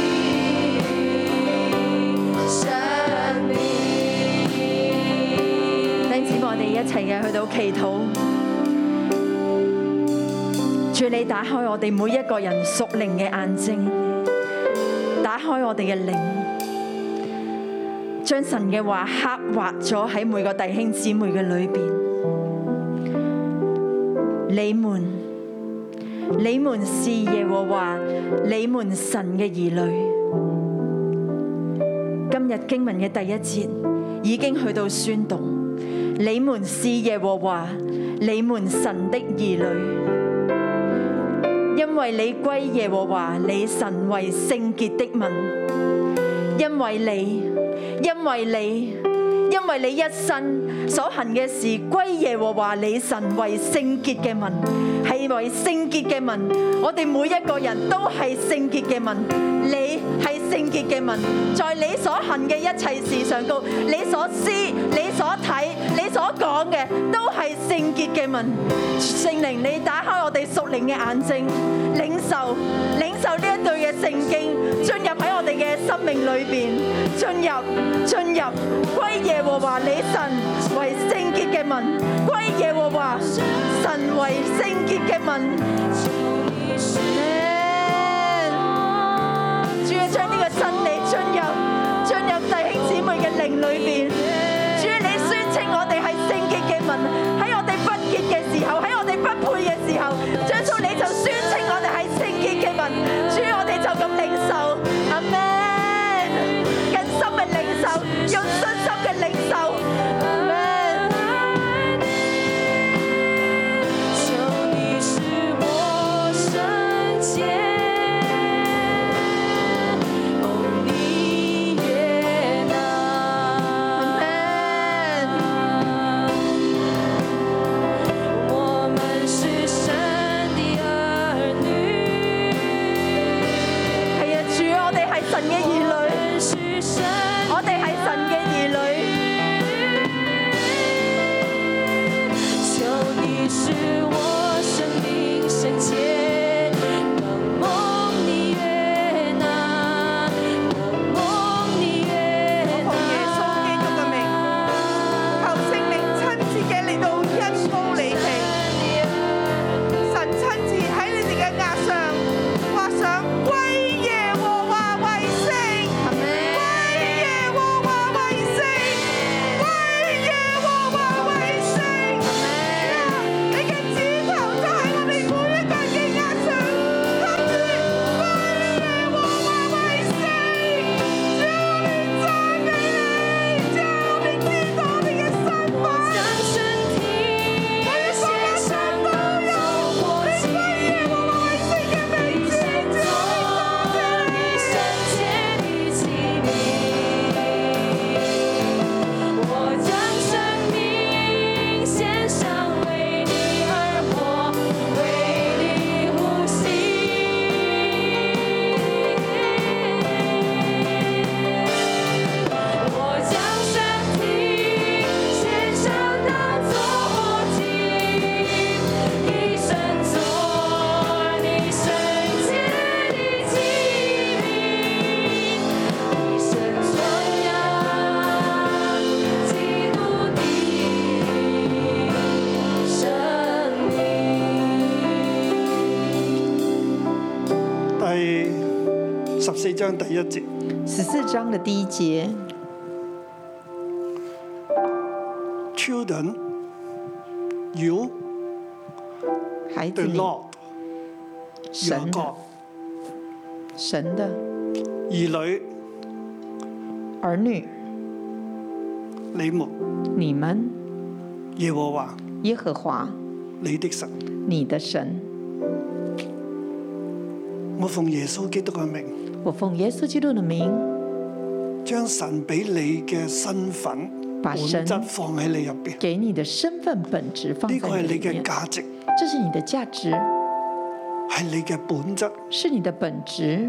G: 生命。
H: 弟兄姊妹，我哋一齊嘅去到祈禱。主
E: 主你打開我哋每一個人屬靈嘅眼睛，打開我哋嘅靈，將神嘅話刻畫咗喺每個弟兄姊妹嘅裏邊。你們，你們是耶和華，你們神嘅兒女。今日經文嘅第一節已經去到宣讀，你們是耶和華，你們神的兒女。因为你归耶和华你神为圣洁的民，因为你，因为你，因为你一生所行嘅事归耶和华你神为圣洁嘅民，系为圣洁嘅民。我哋每一个人都系圣洁嘅民，你系圣洁嘅民，在你所行嘅一切事上高，你所思、你所睇、你所讲嘅都系圣洁嘅民。圣灵，你打开我哋属灵嘅眼睛，领受领受呢一对嘅圣经，进入喺我哋嘅生命里边，进入进入归耶和华你神为圣洁嘅民，归耶和华神为圣洁嘅民。主要将呢个真理进入进入弟兄姊妹嘅灵里边。主要你宣称我哋系圣洁嘅民，喺我哋不洁嘅时候，喺我哋不配嘅时候，主耶稣你就宣称我哋系圣洁嘅民。主要我哋就咁领受，阿 man，更深嘅领受，用信心嘅领受，阿 man。
D: 求你使我圣洁，哦，你悦纳。我们是神的儿女，
E: 系啊，主啊，我哋系神嘅儿
D: 我
E: 女，
D: 们是神
E: 我哋系神嘅儿女。
D: 求你使我生命圣洁，能蒙你悦纳，能蒙你悦
F: 我奉耶穌基督嘅名，求聖靈親自嘅嚟到恩膏你哋。神親自喺你哋嘅額上畫上歸耶和華為聖，歸耶和華為聖，歸耶和華為聖。你嘅指頭就喺我哋每一個嘅額上，合住歸耶和華為聖。
D: 我将生命献上，为你而活，为你呼吸。我将身体献上，当作活祭，一生做你圣洁的祭民，一生传扬基督的生命。
B: 第十四章第一節，
C: 十四章的第一节
B: children you
C: 孩子
B: the
C: 里
B: Lord
C: 神
B: your
C: 的
B: God
C: 神的
B: 兒女
C: 儿女，
B: 你們
C: 你们
B: 耶和華
C: 耶和华
B: 你的神，
C: 你的神。
B: 我奉耶穌基督嘅名，
C: 我奉耶稣基督的名，
B: 將神俾你嘅身份
C: 把
B: 本
C: 神
B: 質放喺你入邊，
C: 给你的身份本质放
B: 呢個
C: 在
B: 係
C: 你
B: 你
C: 里
B: 嘅
C: 面，
B: 價值，
C: 这是你的价值，
B: 係你嘅本質，
C: 是你的本质，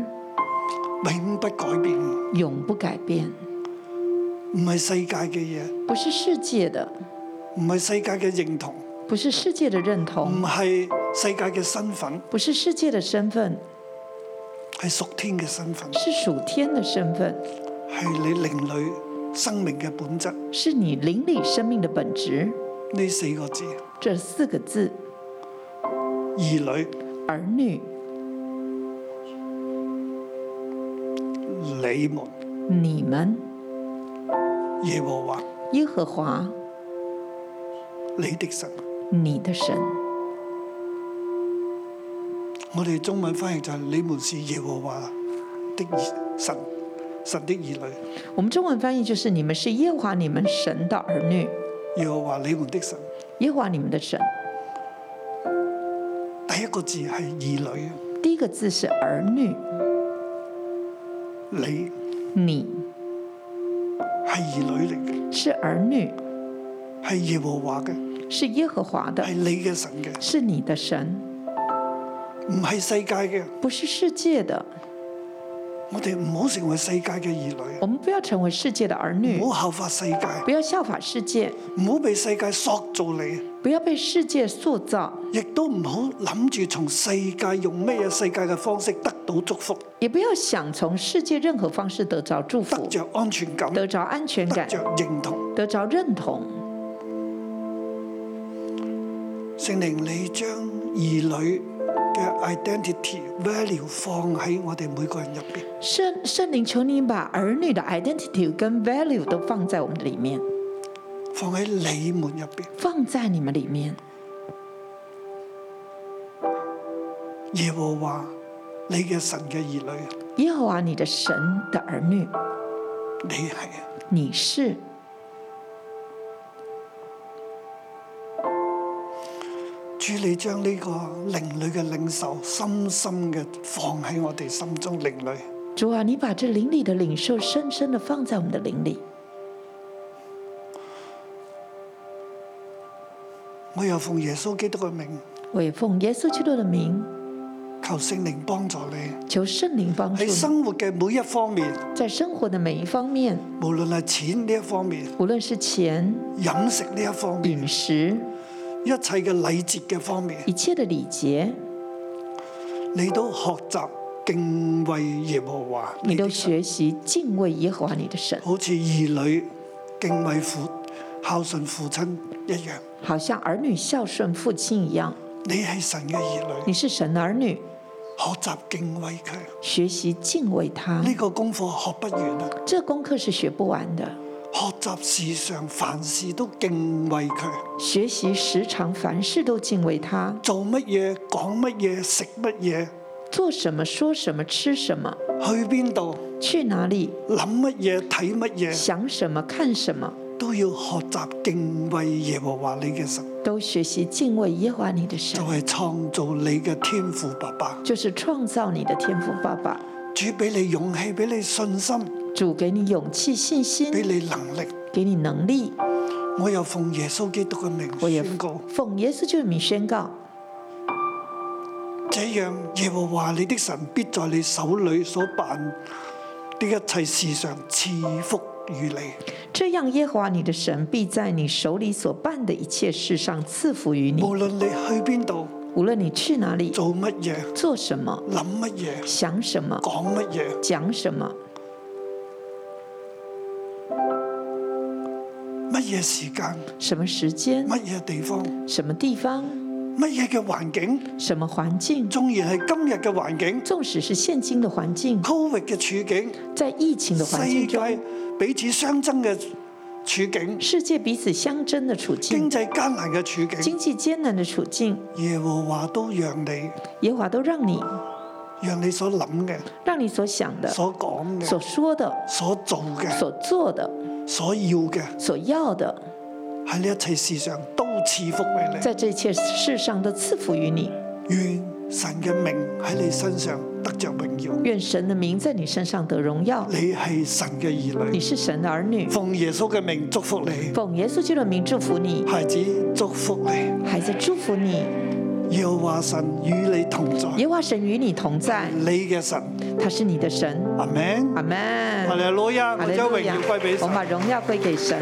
B: 永不改變，唔
C: 永不改变，
B: 係世界嘅嘢，
C: 不是世界的，
B: 唔係世界嘅認同，
C: 不是世界的认
B: 唔
C: 同，
B: 係世界嘅身份，
C: 不是世界的身份，
B: 係屬天嘅身份，
C: 是属天的身份，
B: 係你靈裏生命嘅本質。
C: 是你邻里生命的本质。
B: 呢四個字，
C: 这四个字，
B: 兒女、
C: 儿女，
B: 你們
C: 你们
B: 耶和華
C: 耶和华
B: 你的神。
C: 你的神。
B: 我哋中文翻譯就係你們是耶和華的兒神，神的兒女。
C: 我们中文翻译就是：你们是耶和华你们神的儿女，
B: 耶和華你們的神，
C: 耶和华你们的神。
B: 第一個字係兒女，啊
C: 第一个字是儿女，
B: 你
C: 你
B: 係兒女嚟嘅，
C: 是儿女，
B: 係耶和華嘅，
C: 是耶和华的
B: 係，你嘅神嘅，
C: 是你的神，
B: 唔係世界嘅。
C: 不是世界的。
B: 我哋唔好成為世界嘅兒女，啊
C: 我们不要成为世界的儿女
B: 唔，好效法世界，
C: 不要效法世界，
B: 唔好被世界塑造你，啊
C: 不要被世界塑造，
B: 亦都唔好諗住從世界用咩嘢世界嘅方式得到祝福，
C: 也不要想从世界任何方式得着祝
B: 得
C: 福，
B: 着安全感，
C: 得
B: 得
C: 着安全感，
B: 着認同。
C: 得着认同。
B: 聖靈，你將兒女嘅 identity value 放喺我哋每個人入邊。
C: 圣圣灵，求你把儿女的 identity 跟 value 都放在我们的里面，
B: 放喺你們入邊。
C: 放在你们里面。
B: 耶和華，你嘅神嘅兒女，
C: 耶和华你的神的儿女，
B: 你係啊
C: 你是
B: 主，你將呢個靈裏嘅領受深深嘅放喺我哋心中靈裏，
C: 主啊！你把这灵里的领受深深的放在我们的灵里。
B: 我又奉耶穌基督嘅名，
C: 我也奉耶稣基督的名，
B: 求聖靈幫助你
C: 求哎圣灵帮助
B: 喺
C: 你，
B: 生活嘅每一方面，
C: 在生活的每一方面，
B: 無論係錢呢一方面、
C: 无论是钱、
B: 飲食呢一方面、
C: 饮
B: 一
C: 食、
B: 切嘅禮節嘅方面，
C: 一切的礼节，
B: 你都學習敬畏耶和華，
C: 你都
B: 的神
C: 学习敬畏耶和华你的神，
B: 好似兒女敬畏父、孝順父親一樣。
C: 好像儿女孝顺父亲一样。
B: 你係神嘅兒女。
C: 你是神的儿女，
B: 學習敬畏佢。呢、
C: 学习敬畏他。
B: 個功課學不完啊！
C: 这功课是学不完的，
B: 學習時常凡事都敬畏佢，
C: 学习时常凡事都敬畏他，
B: 做乜嘢、講乜嘢、食乜嘢、
C: 做什么、说什么、吃什么、
B: 去邊度、
C: 去哪里、
B: 諗乜嘢、睇乜嘢，
C: 想什么、看什么，
B: 都要學習敬畏耶和華你嘅神，
C: 都学习敬畏耶和华你的
B: 就
C: 神，
B: 係、創造你嘅天父爸爸。
C: 就是创造你的天赋爸爸。
B: 主俾你勇氣，俾你信心，
C: 主给你勇气、信心，
B: 俾你能力。
C: 给你能力。
B: 我又奉耶穌基督嘅名
C: 我也
B: 宣告，
C: 奉耶稣救名宣告：
B: 這樣耶和華你的神必在你手裏所辦的一切事上賜福與你。
C: 这样，耶和华你的神必在你手里所办的一切事上赐福于你。
B: 無論你去邊度、
C: 无论你去哪里、
B: 做乜嘢、
C: 做什么、
B: 諗乜嘢、
C: 想什么、
B: 講乜嘢，
C: 讲什么，
B: 乜嘢時間、
C: 什么时间、
B: 乜嘢地方、
C: 什么地方、
B: 乜嘢嘅環境，
C: 什么环境，
B: 縱然係今日嘅環境、
C: 纵使是现今的环境，
B: Covid 嘅處境、
C: 在疫情的环
B: 世
C: 境中，
B: 界彼此相爭嘅處境、
C: 世界彼此相争的处
B: 經
C: 境，
B: 濟艱難嘅處境，
C: 经济艰难的处境，
B: 耶和華都讓你，
C: 耶和华都让你，
B: 讓你所諗嘅、
C: 让你所想的、
B: 所講
C: 呃所
B: 嘅、
C: 说的、
B: 所做嘅、
C: 所做的、
B: 所要嘅，
C: 所要的，
B: 喺呢一切事上都賜福俾
C: 在这一切事上都赐福于你。
B: 你。願神嘅名喺你身上得着榮耀。
C: 愿神的名在你身上得荣耀。
B: 你係神嘅兒
C: 你
B: 女，
C: 是神的儿女，
B: 奉耶穌嘅名祝福你，
C: 奉耶稣基督的名祝福你，
B: 孩子祝福你，
C: 孩子祝福你。
B: 耶和華神與你同在，
C: 耶和华神与你同在，
B: 你嘅神，
C: 他是你的神。
B: 阿門。
C: 阿门。
B: 哈利路亞，
C: 哈
B: 我
C: 利
B: 將
C: 路
B: 榮耀
C: 亚
B: 歸俾
C: 我
B: 神
C: 们。把荣耀归给神。